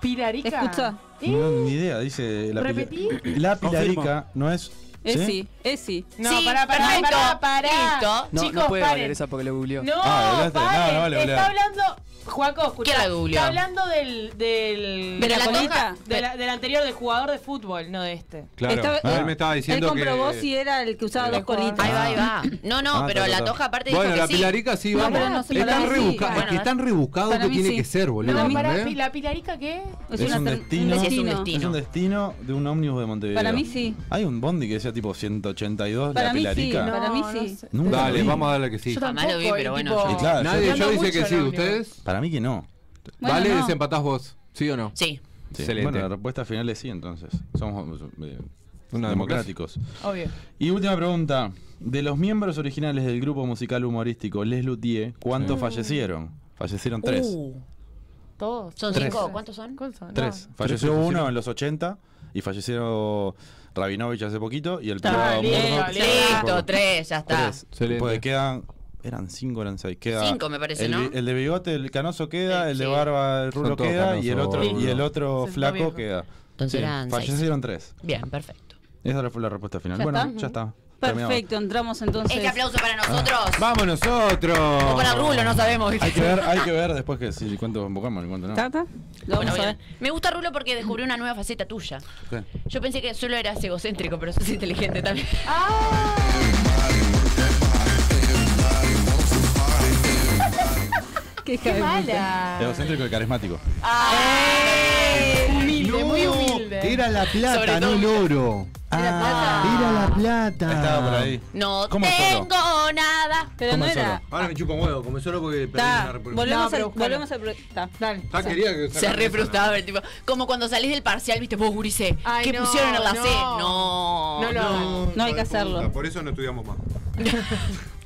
E: Pilarica.
D: Escucha.
B: No, ni idea, dice la Pila-
E: ¿Repetí?
B: La Pilarica no es.
D: Es Eh, sí, es sí.
E: No,
H: Sí,
E: pará, pará,
H: perfecto.
E: pará, pará.
H: Listo.
F: No,
E: Chicos,
F: no puede
E: paren.
F: valer esa porque le googleó.
E: No,
B: Ah, hablaste. No,
E: paren.
B: no, vale,
E: Está
B: vale.
E: hablando Juaco, escuchá,
H: Quiero la Dublio.
E: está hablando del, del,
H: ¿De la
E: colita?
H: coca?
E: De la- del anterior, del jugador de fútbol, no de este.
J: Claro, Ah,
C: eh,
D: Estaba-
J: él me
C: Ah,
J: estaba diciendo
D: Él comprobó
J: que-
D: si era el que usaba dos colitas.
H: Ahí va, ahí va. No, no,
J: Ah,
H: pero
J: ta, ta,
H: la
J: ta.
H: toja aparte
J: Bueno,
H: dijo que
J: la
H: sí.
J: pilarica sí,
H: No,
J: vamos.
H: pero no sé,
J: es
H: para
J: tan
H: mí sí.
J: rebuscado, es
H: Bueno,
J: que es tan rebuscado
D: para
J: que
D: mí
J: tiene
D: sí.
J: que ser, boludo.
E: No, pará,
J: ¿entendés?
E: ¿pi- ¿la pilarica qué?
D: Es,
B: Es
D: una
B: un
D: ter-
B: destino.
H: Sí, es un destino.
B: Es un destino de un ómnibus de Montevideo.
D: Para mí sí.
B: Hay un bondi que decía tipo 182,
D: Para
B: la
D: mí sí,
B: pilarica.
D: Para mí sí.
E: sé.
B: Nunca
J: Dale,
B: lo vi.
J: vamos a darle que sí.
E: Yo
H: Jamás lo vi,
E: tampoco,
H: pero
E: y
H: bueno,
E: tipo-
B: Sí, claro,
J: Nadie, yo
E: Ando
J: dice
E: mucho
J: que
E: en
J: sí,
E: ómnibus.
J: ustedes.
B: Para mí que no.
D: Bueno,
J: Vale,
D: no.
J: desempatás vos, ¿sí o no?
H: Sí.
B: Sí.
J: Excelente.
B: Bueno, la respuesta final es sí, entonces. Somos eh,
J: Una
B: democráticos.
E: Obvio.
B: Y última pregunta. De los miembros originales del grupo musical humorístico Les Luthiers, ¿cuántos fallecieron? Fallecieron tres.
H: Uh,
E: Todos.
H: son
B: Tres.
H: cinco. ¿Cuántos son?
E: ¿Cuántos son?
B: Tres.
E: No.
B: Falleció
J: Tres
B: uno
J: fallecieron.
B: en los 80 y falleció Rabinovich hace poquito y el
E: Está
B: pelado
E: bien,
B: Murdoch-
E: vale.
H: Eh, Listo, tres, ya está.
B: Tres.
J: Excelente.
B: Pues quedan. Eran cinco, eran seis. Queda
H: Cinco, me parece,
B: el,
H: ¿no?
B: bi- El de bigote, el canoso queda,
H: Eh,
B: el de
H: sí.
B: barba, el rulo
J: todos
B: queda y el
J: canosos,
B: otro, y
J: boludo.
B: el otro
E: Se está
B: flaco
E: viejo.
B: queda.
H: Entonces
B: Sí,
H: eran seis.
B: fallecieron tres.
H: Bien, perfecto.
B: Esa fue la respuesta final.
D: ¿Ya
B: bueno,
D: está?
B: ya está. Terminamos.
D: Perfecto, entramos entonces.
H: Este aplauso para
J: Ah.
H: nosotros.
J: ¡Vamos nosotros!
H: O para Rulo, no sabemos.
B: Hay que ver, hay que ver después que si cuánto invocamos y cuánto no.
D: ¿Está, está? Lo
H: Bueno,
D: vamos a ver.
H: bien. Me gusta Rulo porque descubrí una nueva faceta tuya.
B: ¿Qué?
H: Yo pensé que solo eras egocéntrico, pero sos inteligente también.
D: Qué hija de puta.
E: Mala.
B: Egocéntrico y carismático.
E: Ah.
H: ¡Eh!
E: Humilde,
J: No,
E: muy humilde.
J: Era la plata,
H: Sobre
J: no
H: todo-
J: el oro. Era la plata.
B: Estaba por ahí.
H: No
B: Ah, ¿Cómo solo?
H: tengo nada.
D: Pero no
B: Toma solo.
D: era.
J: Ahora me chupa un huevo, como solo porque perdí
D: Está,
E: No,
D: volvemos,
E: pero
D: al,
E: buscalo.
D: volvemos al pro- está.
E: Dale.
J: Ah, quería que
H: Se re frustraba el tipo. Como cuando salís del parcial, viste, vos gurise.
E: Ay,
H: ¿Qué
E: no,
H: pusieron en la C?
E: no.
H: No.
E: No lo hagan.
D: No hay que hacerlo.
J: Por eso no estudiamos más.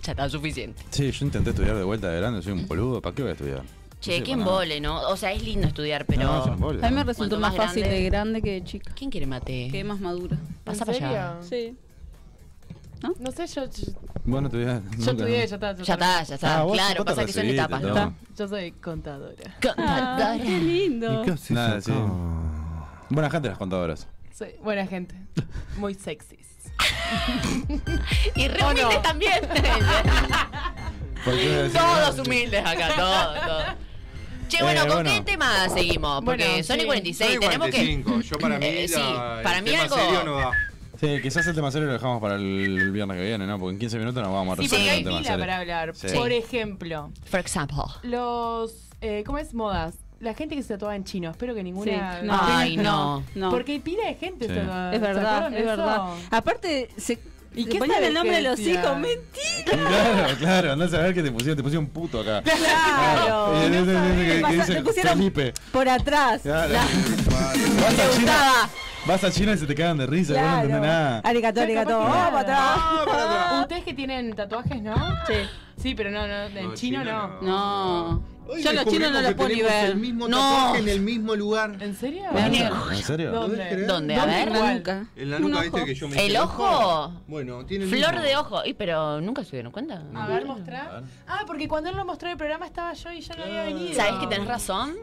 H: Ya está suficiente.
B: Sí, yo intenté estudiar de vuelta de grande, soy un boludo. ¿Para qué voy a estudiar?
H: Che,
B: No sirve
H: qué
B: para
H: embole, ¿no? O sea, es lindo estudiar,
B: nada.
H: pero.
B: No, es un embole.
D: A mí me resultó
H: Cuanto
D: más,
H: más
D: fácil
H: grande-
D: de grande que de chica.
H: ¿Quién quiere mate?
D: Que más madura.
H: Pasa
E: ¿En
H: para allá.
E: serio?
D: Sí.
E: No sé, yo, yo,
B: Vos no estudiás nunca,
E: yo estudié,
B: ¿no?
E: ya está.
H: Ya está, ya está.
B: Ah, vos
H: claro,
B: tampoco te
H: pasa que son
B: recibiste,
H: etapas,
B: todo.
H: ¿no?
E: Yo soy contadora.
H: Contadora.
D: Ah, qué lindo.
B: Nada, sí. Buena gente las contadoras.
E: Soy buena gente. Muy sexys.
H: Y re humildes también.
B: ¿Por qué voy a decir que no?
H: todos humildes acá, todos, todos. Che,
B: Eh,
H: bueno, ¿con
B: bueno.
H: qué tema seguimos? Porque
E: Bueno,
H: son
E: sí.
H: y 46, tenemos que.
J: Yo para mí,
H: Eh, sí,
J: la- el
H: para mí
J: tema
H: algo-
J: serio no da.
B: Sí, quizás el tema serio lo dejamos para el viernes que viene, ¿no? Porque en 15 minutos nos vamos a
E: Sí,
B: resolver
E: porque hay
B: el tema
E: pila
B: serio.
E: para hablar.
B: Sí.
E: Por ejemplo,
H: For example.
E: los. Eh, ¿Cómo es modas? La gente que se tatuaba en chino. Espero que
D: Sí.
E: ninguna.
D: No.
H: Ay, no.
D: No.
E: Porque hay pila de gente
B: Sí.
E: tatuada.
D: es
E: ¿Se acuerdan
D: verdad,
E: de
D: es
E: eso?
D: verdad. Aparte, se,
E: ¿Y
D: le
E: qué
D: ponían
E: sabes
D: el nombre
E: que
D: de los
E: decía?
D: hijos. Mentira.
B: Claro, claro, andás a ver que te pusieron, te pusieron puto acá.
E: Claro.
B: Y el- el- el- el- el- el-
D: Le
B: que
D: pasa-
B: Eh, dice
D: le pusieron-
B: Felipe.
D: Por atrás.
B: Claro. Vas a China,
H: Gustaba.
B: vas a China y se te cagan de risa, vos no entendés nada.
D: Arigato, arigato.
E: Capaz que
D: Oh,
E: nada.
D: para atrás. Ah.
E: Ustedes que tienen tatuajes, ¿no? Sí. Sí, pero no, no, en chino, no.
D: No. Yo a los chinos no los puedo ni ver.
H: No.
J: en el mismo lugar.
E: ¿En serio?
B: ¿En serio? ¿En serio?
E: ¿Dónde?
H: ¿Dónde? A
D: ¿Eh?
H: ver.
E: ¿Dónde? igual.
D: nunca.
J: En la
D: Un
J: nuca,
D: ojo.
J: viste que yo me
H: ¿El
J: hice
H: ojo?
J: Bueno, tiene el
H: Flor
J: mismo-
H: de ojo. Y pero nunca se dieron cuenta.
E: A ver, mostrar. Ah, porque cuando él lo mostró en el programa estaba yo y ya no había venido.
H: ¿Sabés que tenés razón?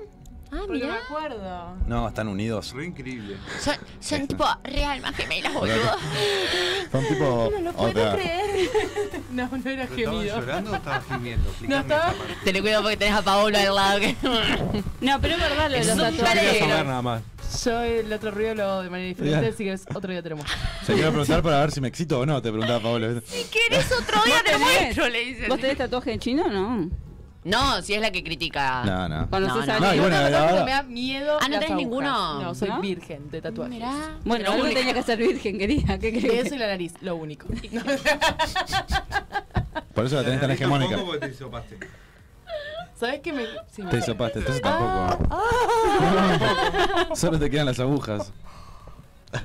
H: Ah,
E: Porque me
H: mirá.
E: acuerdo.
B: No, están unidos.
J: Re increíble.
H: Son, son tipo real más gemelas, boludo.
B: Son tipo. No
E: No, no era
J: ¿Pero ¿Estabas
E: gemido.
J: llorando o estabas gimiendo?
E: No, estaba-
H: Te lo cuido porque tenés a Paola al lado. que-
D: No, pero es verdad lo de los
H: Súper
D: tatuajes.
H: alegre.
J: nada más.
E: Yo el otro ruido lo hago de manera diferente,
B: Bien.
E: así que es otro día tenemos.
B: Se iba a preguntar para ver si me excito o no, te preguntaba Pablo.
H: Si querés otro día te
D: tenés?
H: muestro, le dice.
D: ¿Vos tenés tatuaje en chino o no?
H: No, si es la que critica.
B: No, no.
D: ¿Conoces
H: No,
D: a
H: no.
B: No, y
D: alguien?
B: bueno,
E: Lo que pasa es que me
B: ahora.
E: da miedo.
H: Ah,
E: las
H: ¿no tenés
E: agujas.
H: ninguno?
E: No, soy
D: ¿No?
E: virgen de tatuajes.
H: Mirá.
D: Bueno,
H: Lo
D: algo
H: único.
D: tenía que ser virgen, quería. ¿Qué
E: De eso
D: crees?
E: y la nariz, lo único.
B: Por eso la tenés tan hegemónica.
J: te hisopaste.
E: ¿Sabés que me.? sí, me-
B: Te hisopaste, entonces tampoco. Solo te quedan las agujas.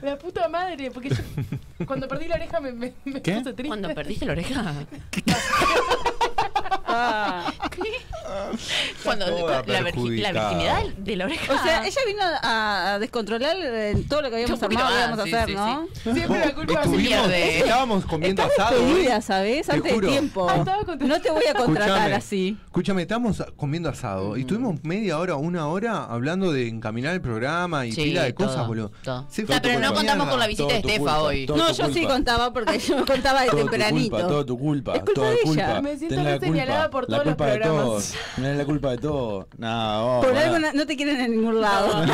E: La puta madre, porque yo- cuando perdí la oreja me, me, me
B: ¿Qué?
E: puse triste.
H: Cuando perdiste la oreja.
D: Ah.
H: Cuando
J: toda
H: la, virgi- la
J: perjudicada.
H: virginidad de la oreja.
D: O sea, ella vino a, a descontrolar eh, todo lo que habíamos
H: Un poquito
D: armado que
H: más,
D: íbamos a hacer,
H: sí, sí,
D: ¿no?
E: Siempre la culpa
H: Estuvimos-
E: es mía.
H: pierde.
J: Estábamos comiendo
D: Estás
J: asado. ¿eh?
D: despedida, ¿sabes?
J: Te
D: Antes de
J: juro.
D: tiempo.
E: Ah, estaba contenta.
D: No te voy a contratar
J: Escuchame.
D: así.
J: Escúchame, estábamos comiendo asado y estuvimos media hora, una hora hablando de encaminar el programa y
H: Sí,
J: pila de
H: todo,
J: cosas, boludo.
H: todo.
J: Se
H: Ah,
J: fue
H: pero
J: por
H: no
J: la
H: contamos
J: mierda.
H: con la visita
B: Todo
H: de
B: tu
H: Estefa
B: culpa,
H: hoy.
B: todo
D: No,
B: tu
D: yo sí
B: culpa.
D: contaba porque yo contaba de
B: Todo tu
D: tempranito.
B: culpa, todo tu culpa,
D: Es culpa
B: toda
D: de ella.
B: culpa.
E: Me siento
B: Ten la
E: re señalada
B: culpa,
E: por
B: la
E: todos los
B: culpa de
E: programas.
B: todos. No es la culpa de todo. No, vos,
D: Por
B: pará.
D: algo no, no te quieren en ningún lado.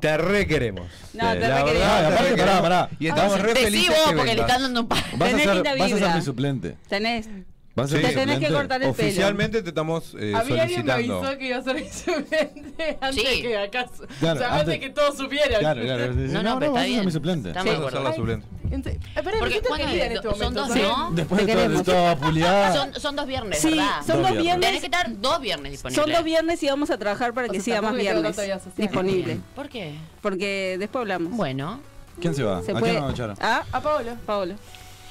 J: Te re queremos.
D: No, te
J: la
D: re queremos.
J: verdad,
B: Aparte,
J: te re
B: pará,
J: queremos.
B: pará.
J: Y estamos re
H: Decí
J: felices.
H: vos,
J: que
H: porque le
J: vengas.
H: están dando un par.
B: Vas a,
D: Tenés
B: ser,
D: linda
B: vas a ser
D: vibra.
B: mi suplente.
D: Tenés.
B: Vas a
J: Sí.
B: ser mi
D: Te tenés que
B: suplente.
D: cortar el pelo.
J: Oficialmente te estamos eh,
E: a mí alguien me
J: solicitando.
E: avisó que iba a ser insolente antes
H: Sí.
E: que acaso.
B: Claro,
E: o sea, antes,
B: antes-
E: que todos supieran.
B: Claro, claro. sí, sí.
H: No, no, pero
B: vas
H: está
B: a ser
H: bien.
B: mi suplente.
H: Estamos
J: Vas
H: de
J: a ser la
H: acuerdo.
J: suplente.
E: Entonces- eh, Pará, me
H: Porque,
E: siento
H: ¿cuándo
E: querida en
H: es?
E: este
H: Do- son
E: momento.
H: dos,
E: ¿sabes?
H: ¿no?
B: Después
D: Te
B: de todo,
D: queremos.
B: toda puliada.
H: Son, son dos viernes,
D: Sí,
H: ¿verdad?
D: son
B: Dos
D: dos
B: viernes.
H: Tenés
D: viernes.
H: que estar dos viernes disponibles.
D: Son dos viernes y vamos a trabajar para
E: O
D: que
E: sea,
D: siga más
E: tampoco le quedó
D: viernes
E: tanta vida social.
D: disponible.
H: ¿Por qué?
D: Porque después hablamos.
H: Bueno.
B: ¿Quién se va?
D: Se
B: ¿A
D: puede-
B: quién va a echar?
D: Ah,
E: A Paola.
D: Paolo.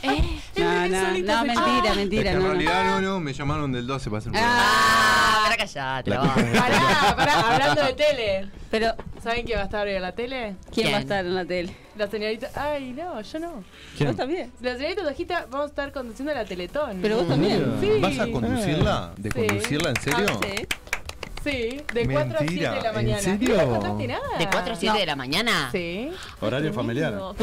H: Eh,
D: No, no, no, mentira,
J: Es que
D: mentira.
J: en
D: No, no.
J: realidad no, no, me llamaron del 12 para hacer un programa.
H: Ah, para callate.
B: La
H: La
B: culpa-
E: Pará,
H: va.
E: pará, hablando de tele.
D: Pero,
E: ¿Saben quién va a estar hoy en la tele?
D: ¿quién va
H: ¿Quién?
D: a estar en la tele?
E: La señorita. Ay, no, yo no.
D: Vos también.
E: La señorita Tojita vamos a estar conduciendo la Teletón.
D: Pero vos también.
E: Sí.
J: ¿Vas a conducirla? ¿De
E: Sí.
J: conducirla en serio?
D: A veces, ¿eh?
E: Sí, de 4 a 7 de la
J: Mentira,
E: mañana.
J: ¿en serio?
E: ¿No contaste nada?
H: ¿De 4 a 7 de la mañana?
E: Sí.
B: Horario familiar.
E: No.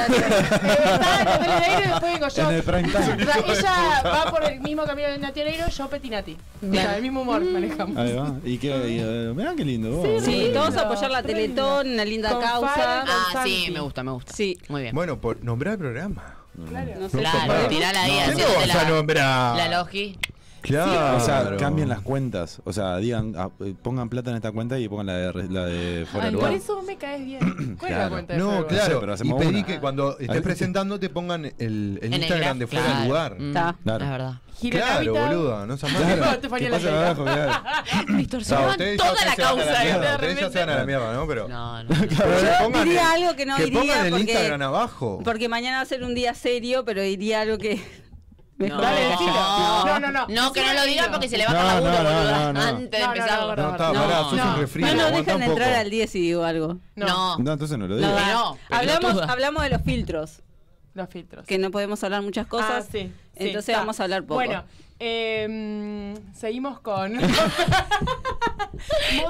E: Está en Natalia Oreiro y después vengo yo.
B: En el prime
E: O
B: time.
E: sea, ella va por el mismo camino de Natalia Oreiro, yo Petinati. O sea, el mismo humor
D: Mm.
E: manejamos.
B: Ahí va. Y que mirá qué lindo. vos.
D: Sí,
E: lindo,
D: todos a apoyar la
E: re
D: Teletón, una linda
E: Con
D: causa.
E: Fara-
H: Ah, sí,
E: Santi.
H: me gusta, me gusta.
D: Sí.
H: Muy bien.
J: Bueno, por nombrar el programa.
D: No sé.
H: Claro, tirala ahí.
J: ¿Qué
H: hacete
J: vas
H: la-
J: a nombrar?
H: La logi.
J: Claro.
B: O sea, cambien las cuentas. O sea, digan, ah, eh, pongan plata en esta cuenta y pongan la de, la de fuera
E: Ay,
B: de
E: por
B: lugar.
E: eso vos me caes bien. ¿Cuál es la
B: Claro.
E: cuenta de
J: No,
E: Facebook?
J: claro.
B: Sí, pero
J: y
B: hacemos
J: pedí
B: una.
J: que cuando estés
B: Ahí-
J: presentando te pongan el, el
H: En el
J: Instagram de
H: graf-
J: fuera
H: claro.
J: de lugar.
H: Mm,
D: Está.
B: Claro.
H: Es verdad.
J: Claro, boludo. No se
E: Claro.
J: amarga.
E: Te
B: ¿Qué
E: falló la
B: pasa
E: cuenta.
B: abajo? Claro.
J: No,
H: Distorsionan
J: ustedes ya
H: toda
J: ustedes
H: la
J: se van a
H: causa. ¿eh?
J: mierda, Ustedes ya se van a la mierda, ¿no? Pero
H: No, no. no.
J: Pero que
D: Yo
J: pongan
D: diría
J: el-
D: algo que no
J: que
D: diría
J: pongan el
D: porque-
J: Instagram abajo.
D: Porque mañana va a ser un día serio, pero diría algo que.
H: No.
E: Dale, decilo.
H: No,
E: No, no, no.
H: No, que no lo digan porque se le va a
B: No,
H: la
B: no,
H: boludo.
B: no, no, no.
H: Antes de
E: No, no,
H: empezar.
E: no,
J: No, está,
H: No,
J: pará, sos
E: no.
J: un refrito.
D: No nos
J: aguantá
D: dejan
J: un poco.
D: entrar al 10 y digo algo.
H: No.
B: No, entonces no lo digo.
H: No, no.
D: Hablamos,
H: Oh, pelotuda.
D: hablamos de los filtros,
E: Los filtros.
D: que no podemos hablar muchas cosas.
E: Ah, sí, sí,
D: entonces
E: está.
D: vamos a hablar poco.
E: Bueno, eh, seguimos con.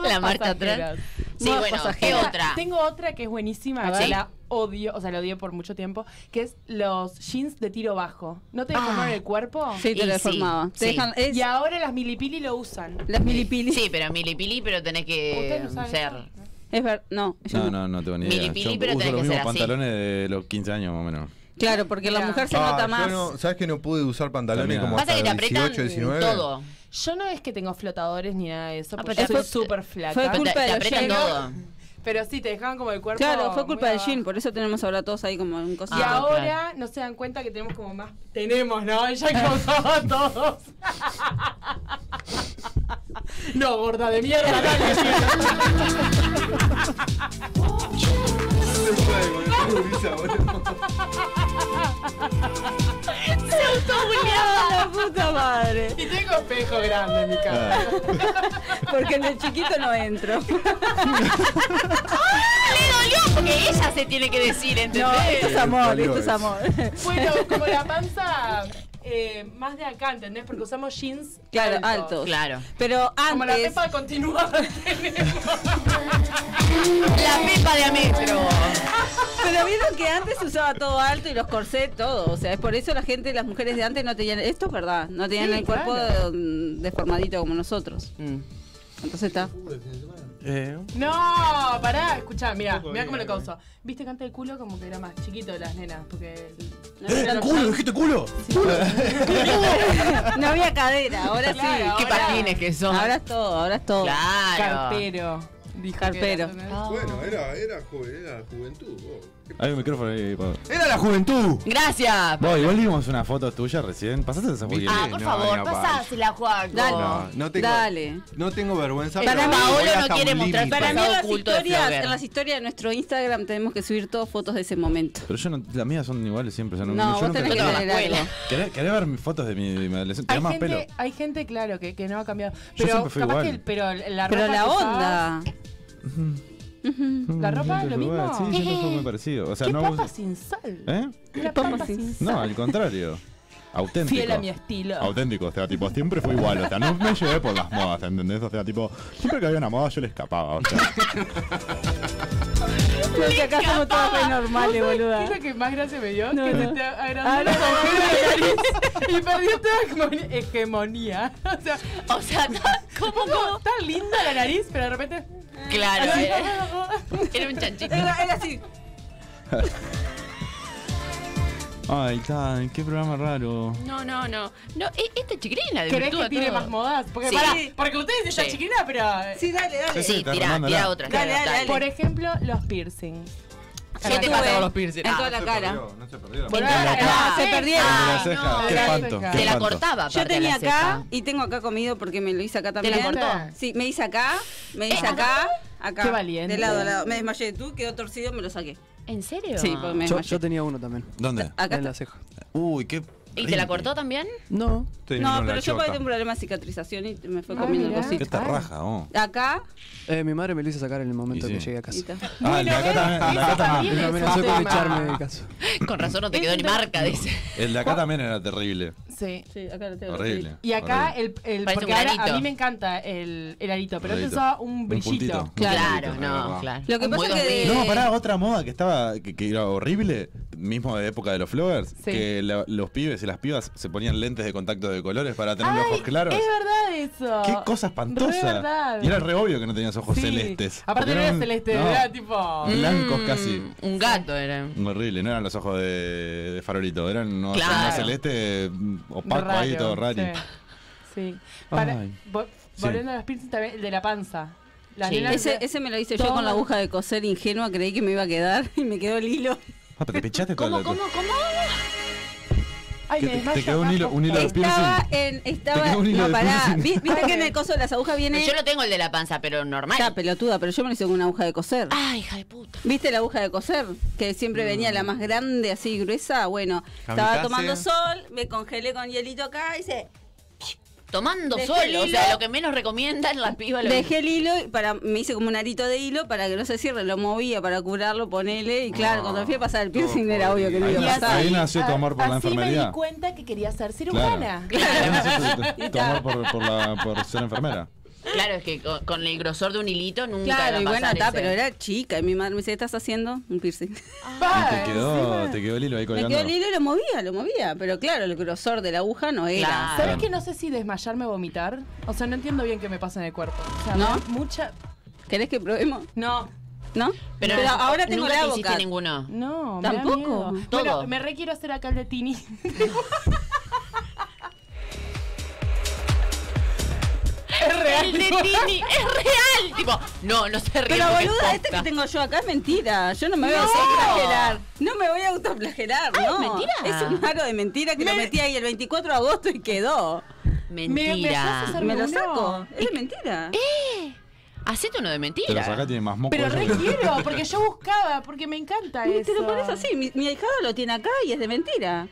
H: La marcha atrás. Sí,
D: Modos
H: bueno, ¿qué
D: pasajeros.
H: otra?
E: Tengo otra que es buenísima,
H: Ah,
E: ¿verdad?
H: sí.
E: la odio, o sea, la odié por mucho tiempo, que es los jeans de tiro bajo. ¿No te deformaron el cuerpo?
D: Sí, te
H: Y
D: lo
H: sí,
D: deformaba. Te
H: sí.
D: dejan- es-
E: Y ahora las milipili lo usan.
D: las milipilis.
H: Sí, pero milipili, pero tenés que
E: Ustedes no saben
H: Eh, ser.
E: eso,
D: Es verdad. No, yo
B: No,
D: no.
B: no, no tengo ni idea.
H: Milipili,
B: Yo
H: pero
B: uso
H: tenés
B: los
H: que
B: mismos
H: ser así.
B: pantalones de los 15 años más o menos.
D: Claro, porque la
E: Mira.
D: mujer se
J: Ah,
D: nota
J: yo
D: más.
J: no- ¿Sabes que no pude usar pantalones
B: También.
J: como
H: Pasa
J: hasta
H: que te apretan
J: 18, 19?
H: todo.
E: Yo no es que tengo flotadores ni nada de eso,
H: Ah,
E: porque yo
H: pero
E: soy
H: fue-
E: súper
D: fue
E: flaca.
H: Te,
D: culpa
H: te
D: de los
H: apretan
D: jeans.
H: todo.
E: Pero sí, te dejaban como el cuerpo.
D: Claro, fue
E: muy
D: culpa de
E: abajo.
D: Jean, por eso tenemos ahora todos ahí como un
E: Y
D: cosito.
H: Ah,
E: ahora
H: claro.
E: no se dan cuenta que tenemos como más. Tenemos, ¿no? Ya que usamos todos. no, gorda de mierda, dale.
D: la puta madre!
E: Y tengo espejo grande en mi casa.
D: Porque en el chiquito no entro.
H: Le dolió porque ella se tiene que decir,
D: No, esto es
H: ¿entendés?
D: amor, esto es amor.
E: Bueno, como la panza eh, más de acá, ¿entendés? Porque usamos jeans
D: Claro,
E: altos.
D: altos.
H: Claro.
D: Pero
E: Como la
D: antes,
E: pepa continuada tenemos.
H: La pepa de Ametro.
D: pero vieron que antes se usaba todo alto y los corsets, todo. O sea, es por eso la gente, las mujeres de antes no tenían, esto es verdad, no tenían
E: Sí,
D: el cuerpo
E: claro.
D: mm, deformadito como nosotros.
L: Mm.
D: Entonces está.
E: No, pará, escuchá, mirá, mirá cómo lo causó. Viste que antes el culo como que era más chiquito de las nenas, porque.
D: No, había-
B: dijiste culo!
D: no había cadera, ahora
E: Claro,
D: sí.
E: ahora-
H: Qué patines que son.
D: Ahora es todo, ahora es todo.
H: Claro.
E: Carpero. Dijo
D: Carpero.
E: que era,
J: Bueno, era, era, joven, era juventud. vos.
B: Hay un micrófono ahí. pa.
J: ¡Era la juventud!
H: Gracias.
B: Vos, igual vimos una foto tuya recién. ¿Pasaste esa foto?
H: Ah,
J: Sí,
H: por
J: no,
H: favor,
J: no,
H: pasásela, Juan.
D: Dale.
J: No, no tengo,
D: Dale.
J: No tengo vergüenza.
D: Para
J: pero
D: mí-
J: voy
H: Paolo no
J: hasta
H: quiere
J: un
H: mostrar
J: límite.
D: Para mí
H: Pasado
D: las
H: oculto de
D: historias,
H: Flogger.
D: en las historias de nuestro Instagram tenemos que subir todas fotos de ese momento.
B: Pero yo no, las mías son iguales siempre. o sea, no,
D: No,
B: yo
D: vos
B: nunca
D: tenés que
B: cambié.
D: tener algo.
B: ¿Querés, querés ver mis fotos de mi, de mi adolescencia?
E: Hay
B: Tenés más pelo.
E: gente, hay gente, claro, que, que no ha cambiado.
B: Yo
E: Pero
B: siempre fui
E: capaz
B: igual.
E: que el, pero la
D: Pero
E: ropa
D: la
E: que
D: onda.
E: ¿La ropa lo
B: Yo siempre
E: mismo?
B: fui igual, Sí, siempre fue muy parecido. O
E: usás-
B: sea,
E: ¿Qué
B: no
E: papa
B: uso-
E: sin sal?
B: ¿Eh?
E: Una papa sin sal.
B: No, al contrario. auténtico.
L: Fiel a mi estilo.
B: Auténtico, o sea, tipo, siempre fue igual, o sea, no me llevé por las modas, ¿entendés? O sea, tipo, siempre que había una moda yo le escapaba, o sea.
D: Pero que acá somos todas re normales,
E: Ah, ¿Vos sabés
D: boluda.
E: ¿Qué es lo que más gracia me dio?
D: No,
E: que
D: no.
E: te agrandó
D: Ahora
E: la
D: como
E: boca de
D: que
E: la nariz y perdió toda hegemo- hegemonía. O sea,
H: o sea ¿cómo,
E: cómo? Tan linda la nariz, pero de repente...
H: Claro,
E: Así.
H: era- era un chanchito.
E: Era- era así.
B: Ay, tan, qué programa raro.
H: No, no, no. no e- esta chiquilina de
E: ¿Querés que tire más modas? Porque, pará, porque ustedes dicen
H: Sí.
E: chiquilina, pero...
H: Sí, dale, dale. Sí,
E: tira,
H: sí, está tirá, remándola. tirá otra,
E: Dale,
H: tirá,
E: dale,
H: dale.
E: Por ejemplo, los piercings.
H: ¿Qué te pasa con los piercings?
D: En
H: Ah,
D: toda la
H: se
D: cara.
H: perdió,
D: no se
B: perdieron.
D: Bueno,
H: En la
D: no,
H: cara.
D: se perdieron.
H: En
E: Ah,
H: la ceja,
D: Ay,
H: qué
D: no.
H: espanto, qué Te la espanto. cortaba
D: Yo
H: aparte
D: tenía
H: la ceja.
D: acá y tengo acá comido porque me lo hice acá
H: ¿Te
D: también.
H: la cortó?
D: Sí, me hice acá, me hice
H: Eh,
D: acá, acá.
H: Qué valiente.
D: De lado a lado. Me desmayé. Tú quedó torcido, me lo saqué.
H: ¿En serio?
D: Sí, porque me
L: Yo,
D: desmayé.
L: yo tenía uno también.
B: ¿Dónde?
D: Acá
L: en
D: está.
L: la ceja.
B: Uy, qué.
H: ¿Y te la cortó también?
L: No.
D: No, pero yo tengo un problema de cicatrización y me fue
L: Ah,
D: comiendo
L: mirá.
D: cositas.
L: ¿Qué te raja,
B: oh?
D: Acá.
L: Eh, mi madre me lo hizo sacar en el momento
B: Y
L: que
B: sí.
L: llegué a
D: Y
L: casa.
D: está.
B: Ah, el de acá también. el de acá también.
L: Me amenazó con echarme de casa.
H: Con razón no te quedó ni marca, dice.
B: El de acá también era terrible.
E: Sí.
D: Sí, acá lo tengo.
B: Horrible.
E: Y acá
B: horrible.
E: el, el
H: Parece
E: porque
H: un
E: ahora a
H: arito.
E: mí me encanta el, el arito, pero antes
B: Arito.
E: usaba un
B: Un
E: brillito.
B: puntito, un Claro, puntito, no, es verdad.
D: Lo que pasa
H: Muy
D: es
E: eh,
D: que.
B: No, pará, otra moda que estaba, que, que era horrible, mismo de época de los flowers, que la- los pibes y las pibas se ponían lentes de contacto de colores para tener los ojos claros.
E: Es verdad eso.
B: Qué cosa
E: Es
B: espantosa.
E: verdad.
B: Y era re obvio que no tenías ojos
E: Sí.
B: celestes.
E: Aparte
B: Porque
E: no era
B: eran-
E: celeste,
B: no,
E: era tipo.
B: Blancos casi.
H: Mm, Un gato era.
B: Horrible, no eran los ojos de, de farolito, eran unos
H: Claro.
B: unos celestes mm, opacos
E: Raro,
B: ahí, todo raro.
E: sí. Sí. Para-
B: Ay.
E: vo-
B: Sí.
E: Volviendo a los piercings también, el de la panza. Las
D: Sí.
E: nenas-
D: Ese, ese me lo hice yo
E: Toma.
D: con la aguja de coser ingenua, creí que me iba a quedar y me quedó el hilo.
B: Ah, pero te pinchaste todo
D: ¿Cómo,
B: el-
D: cómo, cómo?
E: Ay,
B: Que
E: me
B: te- te
E: desmayo
B: quedó un
E: acá.
B: hilo, un hilo de piercing.
D: Estaba en. Estaba.
B: quedó un hilo
D: No,
B: de
D: pará.
B: piercing.
D: Vi- Viste que en el coso de las agujas viene.
H: Yo no tengo el de la panza, pero normal.
D: Está pelotuda, pero yo me lo hice con una aguja de coser.
H: Ay, hija de puta.
D: ¿Viste la aguja de coser? Que siempre venía
B: Mm.
D: la más grande, así gruesa. Bueno,
H: Kamikaze.
D: estaba tomando sol, me congelé con hielito acá y se.
H: Tomando
D: Dejé
H: sol,
D: el
H: o
D: hilo.
H: sea, lo que menos recomiendan las pibas. lo-
D: Dejé el hilo y para, me hice como un arito de hilo para que no se cierre, lo movía para curarlo, ponele, y claro, cuando me fui a pasar el piercing era obvio que no iba a
B: Ahí,
D: pasar.
B: ahí nació tu amor por la
L: así me di
B: enfermería.
E: cuenta que quería ser
B: cirujana. Ahí nació tu- tu- tu amor por, por la- por ser enfermera.
H: Claro, es que con, con el grosor de un hilito nunca
D: Claro,
H: va a
D: y bueno,
H: pasar
D: está,
H: ese.
D: pero era chica. Y mi madre me dice, ¿qué estás haciendo? Un piercing.
B: Y te quedó, te quedó el hilo ahí
D: Me
B: colgando.
D: quedó el hilo y lo movía, lo movía. Pero claro, el grosor de la aguja no era.
E: ¿Sabes que no sé si desmayarme o vomitar? O sea, no entiendo bien qué me pasa en el cuerpo. O sea,
D: ¿No?
E: me da mucha.
D: ¿Querés que probemos?
E: No.
D: ¿No?
H: Pero
D: Pero ahora tengo
H: nunca
D: la
H: te hiciste
D: boca.
H: ninguno.
E: No, me da
D: Tampoco.
E: miedo.
H: Todo.
E: Bueno, me requiero hacer acá el de Tini. es real.
H: El de
E: tipo.
H: Tini, es real. Tipo, no, no se ríe.
D: Pero boluda, este que tengo yo acá es mentira. Yo no me voy a
H: No.
D: autoflagelar. No me voy a autoflagelar,
H: Ah,
D: no.
H: es mentira.
D: Es un aro de mentira que lo metí ahí el 24 de agosto y quedó.
H: Mentira.
D: Me, lo saco. Es de mentira.
H: ¿Eh? Hacete uno de
B: Te lo
H: mentira.
B: sacás, tiene más moco.
E: Pero
B: eso que-
E: requiero, porque yo buscaba, porque me encanta
D: Y
E: eso.
D: Te lo pones así. Mi, mi ahijado lo tiene acá y es de mentira.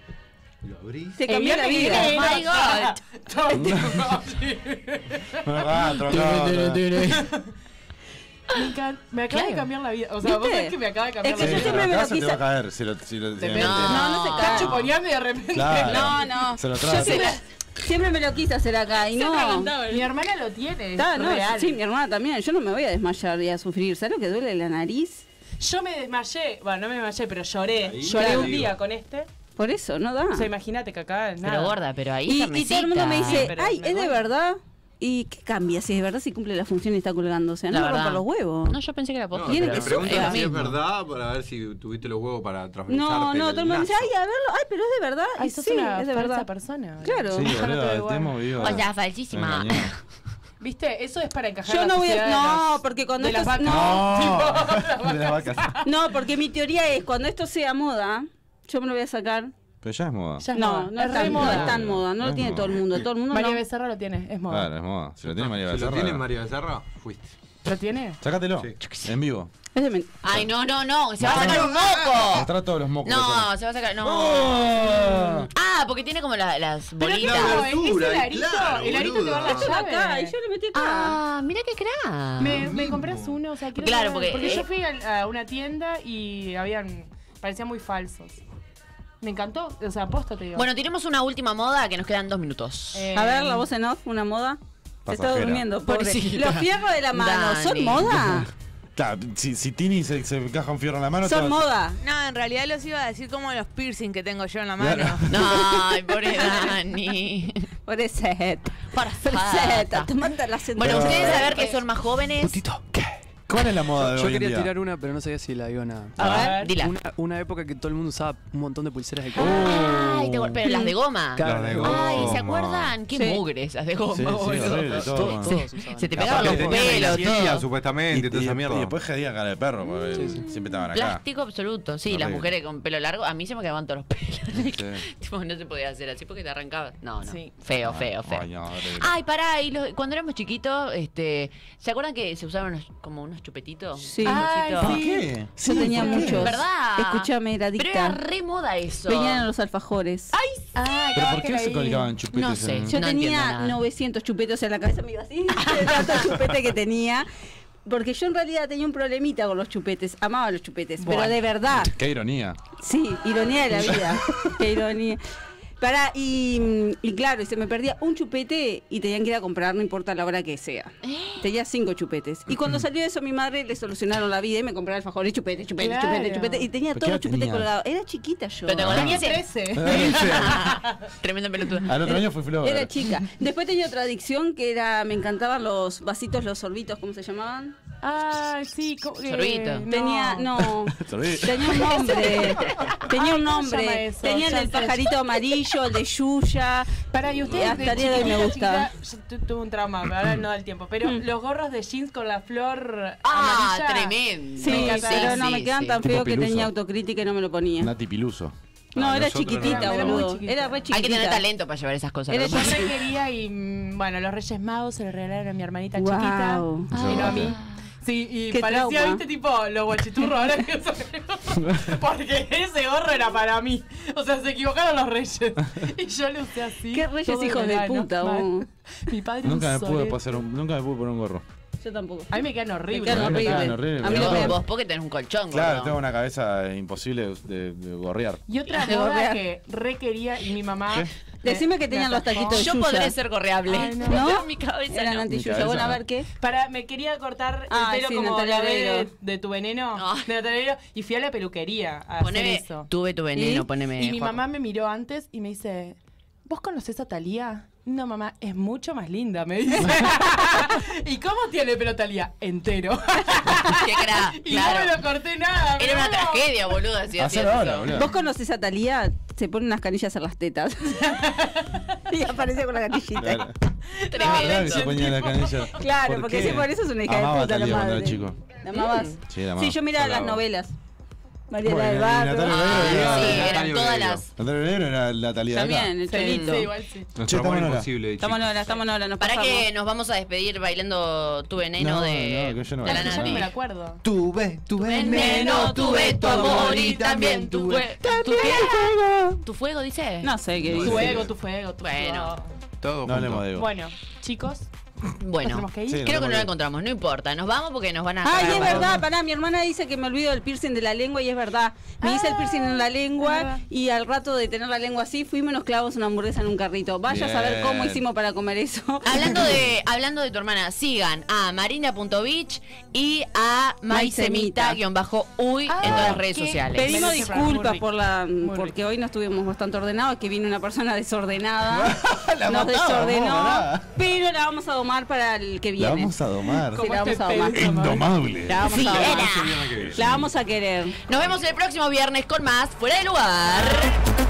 D: Se
E: El
D: cambió
E: viernes
D: la
E: que
D: vida.
E: viene,
H: Oh my God.
E: Todo el tiempo así.
B: Ah, trocado, trocado.
E: Me encanta- Me acaba de
H: Claro.
E: cambiar la vida. O sea, vos
D: ¿Viste?
E: sabés que me acaba de cambiar
D: Es
E: la
D: que yo
E: vida.
B: Sí, pero
D: siempre me
B: acá
D: lo
B: se te va
D: quise-
B: a caer. Si lo, si lo, si lo-
D: No, no se
E: Estás
D: cae.
E: chuponeando y de repente.
B: Claro.
D: No, no.
B: Se lo
D: Yo
B: traga.
D: siempre, siempre me lo quise hacer acá y no.
E: Mi hermana lo tiene. es
D: Está, no,
E: real.
D: sí, mi hermana también. Yo no me voy a desmayar y a sufrir. ¿Sabes lo que duele la nariz?
E: Yo me desmayé. Bueno, no me desmayé, pero lloré.
H: Ahí
E: lloré
H: te
E: un
H: digo.
E: día con este.
D: Por eso, no da.
E: O sea, imagínate que acá. Nada.
H: Pero gorda, pero ahí
D: Y, y
H: carnecita.
D: todo el mundo me
H: Sí,
D: dice,
H: pero
D: ay,
H: me
D: ¿es de
H: duele.
D: verdad? ¿Y qué cambia si es de verdad si cumple la función y está colgando? O sea, no
H: La
D: me
H: verdad.
D: rompa los huevos.
H: No, yo pensé que era posta.
D: No, Viene pero que
J: Te
D: sufre.
J: preguntan
D: Ahora
J: si es
D: mismo.
J: verdad para ver si tuviste los huevos para transversarte
D: No, no,
J: el
D: todo el mundo dice,
J: lazo.
D: ay, a verlo, ay, pero es de verdad.
E: Ay,
D: Y
E: sos
D: sí,
E: una
D: es de
E: falsa
D: verdad.
E: persona.
D: Claro.
B: Sí,
E: Ojalá te vea
B: boludo,
E: igual.
B: estemos vivos.
H: O sea, falsísima.
B: Me engañó.
E: ¿Viste? Eso es para encajar
D: Yo
E: en la
D: no voy
E: sociedad
D: a...
E: de
D: No,
E: las-
D: porque cuando
E: de las
D: esto...
E: vacas.
D: No,
B: Oh. De las vacas.
D: no, porque mi teoría es, cuando esto sea moda, yo me lo voy a sacar.
B: Pero ya es moda.
E: Ya es
D: No,
E: moda.
D: no
E: Es
D: es
E: re
D: tan no
E: moda.
D: es tan moda, no
B: Es
D: lo tiene
B: moda.
D: todo el mundo. Todo el mundo
E: María
D: no.
E: Becerra lo tiene, es moda.
B: Claro, es moda. Si lo tiene María
J: Si lo
B: Becerra.
J: tiene María Becerra, fuiste.
E: ¿Lo tiene?
B: Sácatelo. En vivo.
D: Es de men-
H: Ay, no, no, no. Se va a sacar un
D: Oh.
H: moco.
B: Mostrá todos los mocos.
H: No,
B: que
H: se va a sacar. No.
B: tenés.
H: Ah, porque tiene como la- las
E: Pero
H: bolitas.
E: claro, es
J: abertura,
E: el
J: y
E: arito.
J: claro,
E: el arito te va a dar
D: Yo
E: la
D: acá,
E: llave.
D: y yo le metí acá.
H: Ah, mira qué crack.
E: Me, me compras uno, o sea, quiero
H: Claro,
E: saber,
H: porque-
E: yo fui al- a, una tienda y habían parecían muy falsos. Me encantó. O sea, aposta te digo.
H: Bueno, tiremos una última moda que nos quedan dos minutos.
E: Eh,
D: A ver, la voz en off, una moda. Se está
B: Pasajera.
D: durmiendo, pobre.
H: Pobrecita.
D: Los fierros de la mano,
H: Dani.
D: ¿son moda?
B: Ta, si, si Tini se, se encaja un fierro en la mano.
D: Son
B: ta-
D: moda.
G: No, en realidad los iba a decir como los piercing que tengo yo en la mano.
H: Ay, pobre Dani.
D: Por ese
H: Para
D: Freseta, te manda la
H: Bueno,
D: sentencia.
H: ustedes a ver que son más jóvenes.
B: ¿Cuál es la moda de
L: Yo
B: hoy en
L: quería
B: día?
L: tirar una, pero no sabía si la iban a.
H: A ver, dila.
L: Una, una época que todo el mundo usaba un montón de pulseras de
H: Ay, te golpeé las de goma.
L: Claro, de goma.
H: Ay, ¿se acuerdan? Qué
L: Sí.
H: mugre esas de goma,
L: Sí, sí,
H: boludo.
L: horrible, todo,
H: Sí,
L: man.
H: sí.
L: Todos usaban.
H: Se te
L: Capaz
H: pegaban los
L: que tenían
H: pelos,
B: Mentira,
H: todo.
B: supuestamente,
J: toda esa mierda.
B: Y después jodía cara de perro, porque siempre estaban acá.
H: Plástico absoluto. Sí, las
B: Horrible.
H: mujeres con pelo largo, a mí se me quedaban todos los pelos.
B: Sí.
H: Tipo, no se podía hacer así porque te arrancaba. No, no.
E: Sí.
H: Feo,
B: Ah,
H: feo, feo.
B: ay, no, horrible.
H: Ay, pará, y los- cuando éramos chiquitos, este, ¿se acuerdan que se usaban unos- como unos chupetitos?
D: Sí.
H: Ay,
B: ¿Por
H: sí.
B: qué?
D: Yo tenía muchos.
H: ¿Verdad?
D: Escuchame, era
H: Pero era
D: adicta.
H: re moda eso.
D: Venían en los alfajores.
H: Ay,
B: ¿Pero por qué se colgaban chupetes?
H: No sé,
B: en-
D: Yo
H: no entiendo
D: tenía
H: nada.
D: 900 chupetes en la cabeza, me iba así, de tanto chupete que tenía. Porque yo en realidad tenía un problemita con los chupetes, amaba los chupetes, pero
H: Bueno.
D: de verdad,
B: Qué ironía.
D: sí, ironía de la vida, qué ironía. Pará, y, y claro, y se me perdía un chupete y tenían que ir a comprar, no importa la hora que sea. Tenía cinco chupetes. Y cuando salió eso, mi madre le solucionaron la vida y me compraba alfajores, chupetes, chupetes,
E: Claro.
D: chupetes, chupetes. Y tenía
B: ¿Pero
D: todos
B: qué edad
D: los chupetes
B: tenías?
D: colgados. Era chiquita yo.
H: Pero te acordás que se-
E: 13.
H: Tremenda pelotuda.
B: Al otro año fui flor.
D: Era chica. Después tenía otra adicción que era, me encantaban los vasitos, los sorbitos, ¿cómo se llamaban?
E: Ay, sí. co- eh,
H: Sorbito.
E: no.
D: Tenía, no,
B: Sorbí.
D: tenía un nombre, tenía
E: Ay, ¿cómo se
D: un
E: llama
D: nombre.
E: eso?
D: Tenían
E: Ya
D: el
E: sé.
D: pajarito amarillo, el de Yuya.
E: Para, y ustedes.
D: Hasta
E: de
D: el día de hoy me
E: chiquita,
D: gusta.
E: chiquita, yo tu- tuve un trauma, pero ahora no da el tiempo. Pero los gorros de jeans con la flor.
H: Ah,
E: amarilla,
H: tremendo.
D: Sí,
H: Me encanta.
D: pero no
H: Sí,
D: me quedan
H: sí.
D: tan
B: Tipo
D: feos que
B: Peluso.
D: tenía autocrítica y no me lo ponía. No,
B: Nati Piluso.
D: era
B: nosotros no
D: chiquitita,
B: éramos.
D: boludo.
E: muy chiquita.
D: Era re chiquitita.
H: Hay que tener talento para llevar esas cosas.
D: Era
H: ¿no?
E: Yo re quería y mm, bueno, los Reyes Magos se lo regalaron a mi hermanita chiquita.
D: Guau.
E: Y no a mí. Sí, y
D: Qué
E: parecía,
D: trauma.
E: viste, tipo, los guachiturros ahora que usan el gorro. Porque ese gorro era para mí. O sea, se equivocaron los reyes. Y yo lo usé así.
D: Qué reyes
E: todo el
D: hijos de
E: verano,
D: puta,
E: mal.
D: vos.
E: Mi padre
B: Nunca me
E: usó
B: pude
D: ¿eh?
E: el-
B: pasar un, nunca me pude poner un gorro.
D: Yo tampoco.
E: A mí me quedan horribles.
D: Me quedan
B: Me quedan
D: horrible.
B: horrible,
D: A mí
B: pero
D: no me-
H: Vos, vos porque tenés un colchón,
B: Claro,
H: gordo.
B: tengo una cabeza imposible de, de- de gorrear.
E: Y otra
D: Te
E: moda
D: golpea.
E: que requería y mi mamá. me-
D: Decime que
E: me
D: tenían los
E: atajó.
D: taquitos de
H: Yo
D: Yuya.
H: podré ser gorreable.
E: Ay, no.
H: Pero
D: ¿No?
H: mi cabeza
D: Eran
H: no.
D: anti-Yuya.
B: cabeza
D: Bueno, a
B: no.
D: ver qué.
E: Para, me quería cortar el
D: Ay,
E: pelo
D: Ah, sí,
E: como
D: Natalia Ah.
E: la B de,
D: Oreiro.
E: de tu veneno.
H: Ay.
E: De Natalia Oreiro, Y fui a la peluquería a
H: Poneme,
E: hacer eso.
H: tuve tu veneno,
E: ¿Y?
H: poneme.
E: Y mi
H: Juaco.
E: mamá me miró antes y me dice, ¿vos conocés a Talía? No, mamá, es mucho más linda, me dice. ¿Y cómo tiene pelo Talía? Entero.
H: Qué cra,
E: y no me
H: claro.
E: lo corté nada.
H: Era una
E: boludo.
H: tragedia, boludo. Así, así,
B: Hacer ahora,
H: eso.
B: boludo.
D: Vos conocés a Talía, se pone unas canillas en las tetas. y aparece con la canillita.
B: Claro, Ah, claro que
H: Tremendo.
B: se ponía la canilla.
D: Claro, porque
B: qué?
D: sí, por eso es una hija
B: Amaba
D: de
B: a
D: puta la
B: Thalía cuando
D: madre.
B: era chico.
D: ¿La amabas?
B: Sí, la amaba.
D: Sí, yo miraba las
B: Hola.
D: novelas. Mariela
B: Bueno,
D: del
B: y
D: Barrio.
B: Natalia
H: Ah,
B: Oreiro era-
H: sí, eran
J: Natalia
H: todas
J: Oreiro.
H: las.
B: Natalia Oreiro era la talidad.
D: También, el
E: Sí,
D: pelito.
E: sí, igual sí.
J: Nuestro
B: Che,
J: amor
B: estamos
J: imposible, de
D: Estamos
J: chicos.
D: ahora, estamos ahora, nos
H: Para
D: pasamos.
H: que nos vamos a despedir bailando tu veneno
B: No,
H: de.
B: no, que yo no
H: de la
B: bailo.
E: Ya
H: Nati.
E: ni me
B: Sí.
E: lo acuerdo.
J: Tuve,
H: Tu
J: tuve
H: veneno, tuve tu amor y también tu fuego. ¿Tu qué?
D: fuego.
H: ¿Tu fuego, dice?
D: No sé qué
E: Tu
D: dice.
E: fuego, tu fuego, tu
H: Bueno.
E: fuego.
J: Todo
B: No hablemos de Evo.
E: Bueno, chicos,
H: Bueno,
E: tenemos que ir.
B: Sí,
H: creo que no
B: tenemos
H: la
B: que-
H: encontramos, no importa. Nos vamos porque nos van a.
D: Ay,
H: pagar
D: es
H: Ah, para-
D: verdad, pará, mi hermana dice que me olvido del piercing de la lengua y es verdad. Me hice el piercing en la lengua y al rato de tener la lengua así, fuimos y nos clavamos una hamburguesa en un carrito. Vaya a saber
B: Bien.
D: cómo hicimos para comer eso.
H: Hablando de, hablando de tu hermana, sigan a marina.beach y a maisemita-uy en
E: Ah,
H: todas las redes
E: qué
H: sociales.
D: Pedimos
E: Merece Fran, muy
D: disculpas
E: rico.
D: por la
E: Muy
D: porque
E: rico.
D: hoy no estuvimos bastante ordenados, que vino una persona desordenada,
B: La
D: nos
B: matamos,
D: desordenó,
B: nada.
D: pero la vamos a domar para el que viene.
B: La vamos a domar.
D: Sí, la vamos a
E: Como
D: domar.
E: este pedo.
B: Indomable.
D: La vamos a domar.
H: Fiera.
D: La vamos a querer.
H: Nos vemos el próximo viernes con más Fuera de Lugar.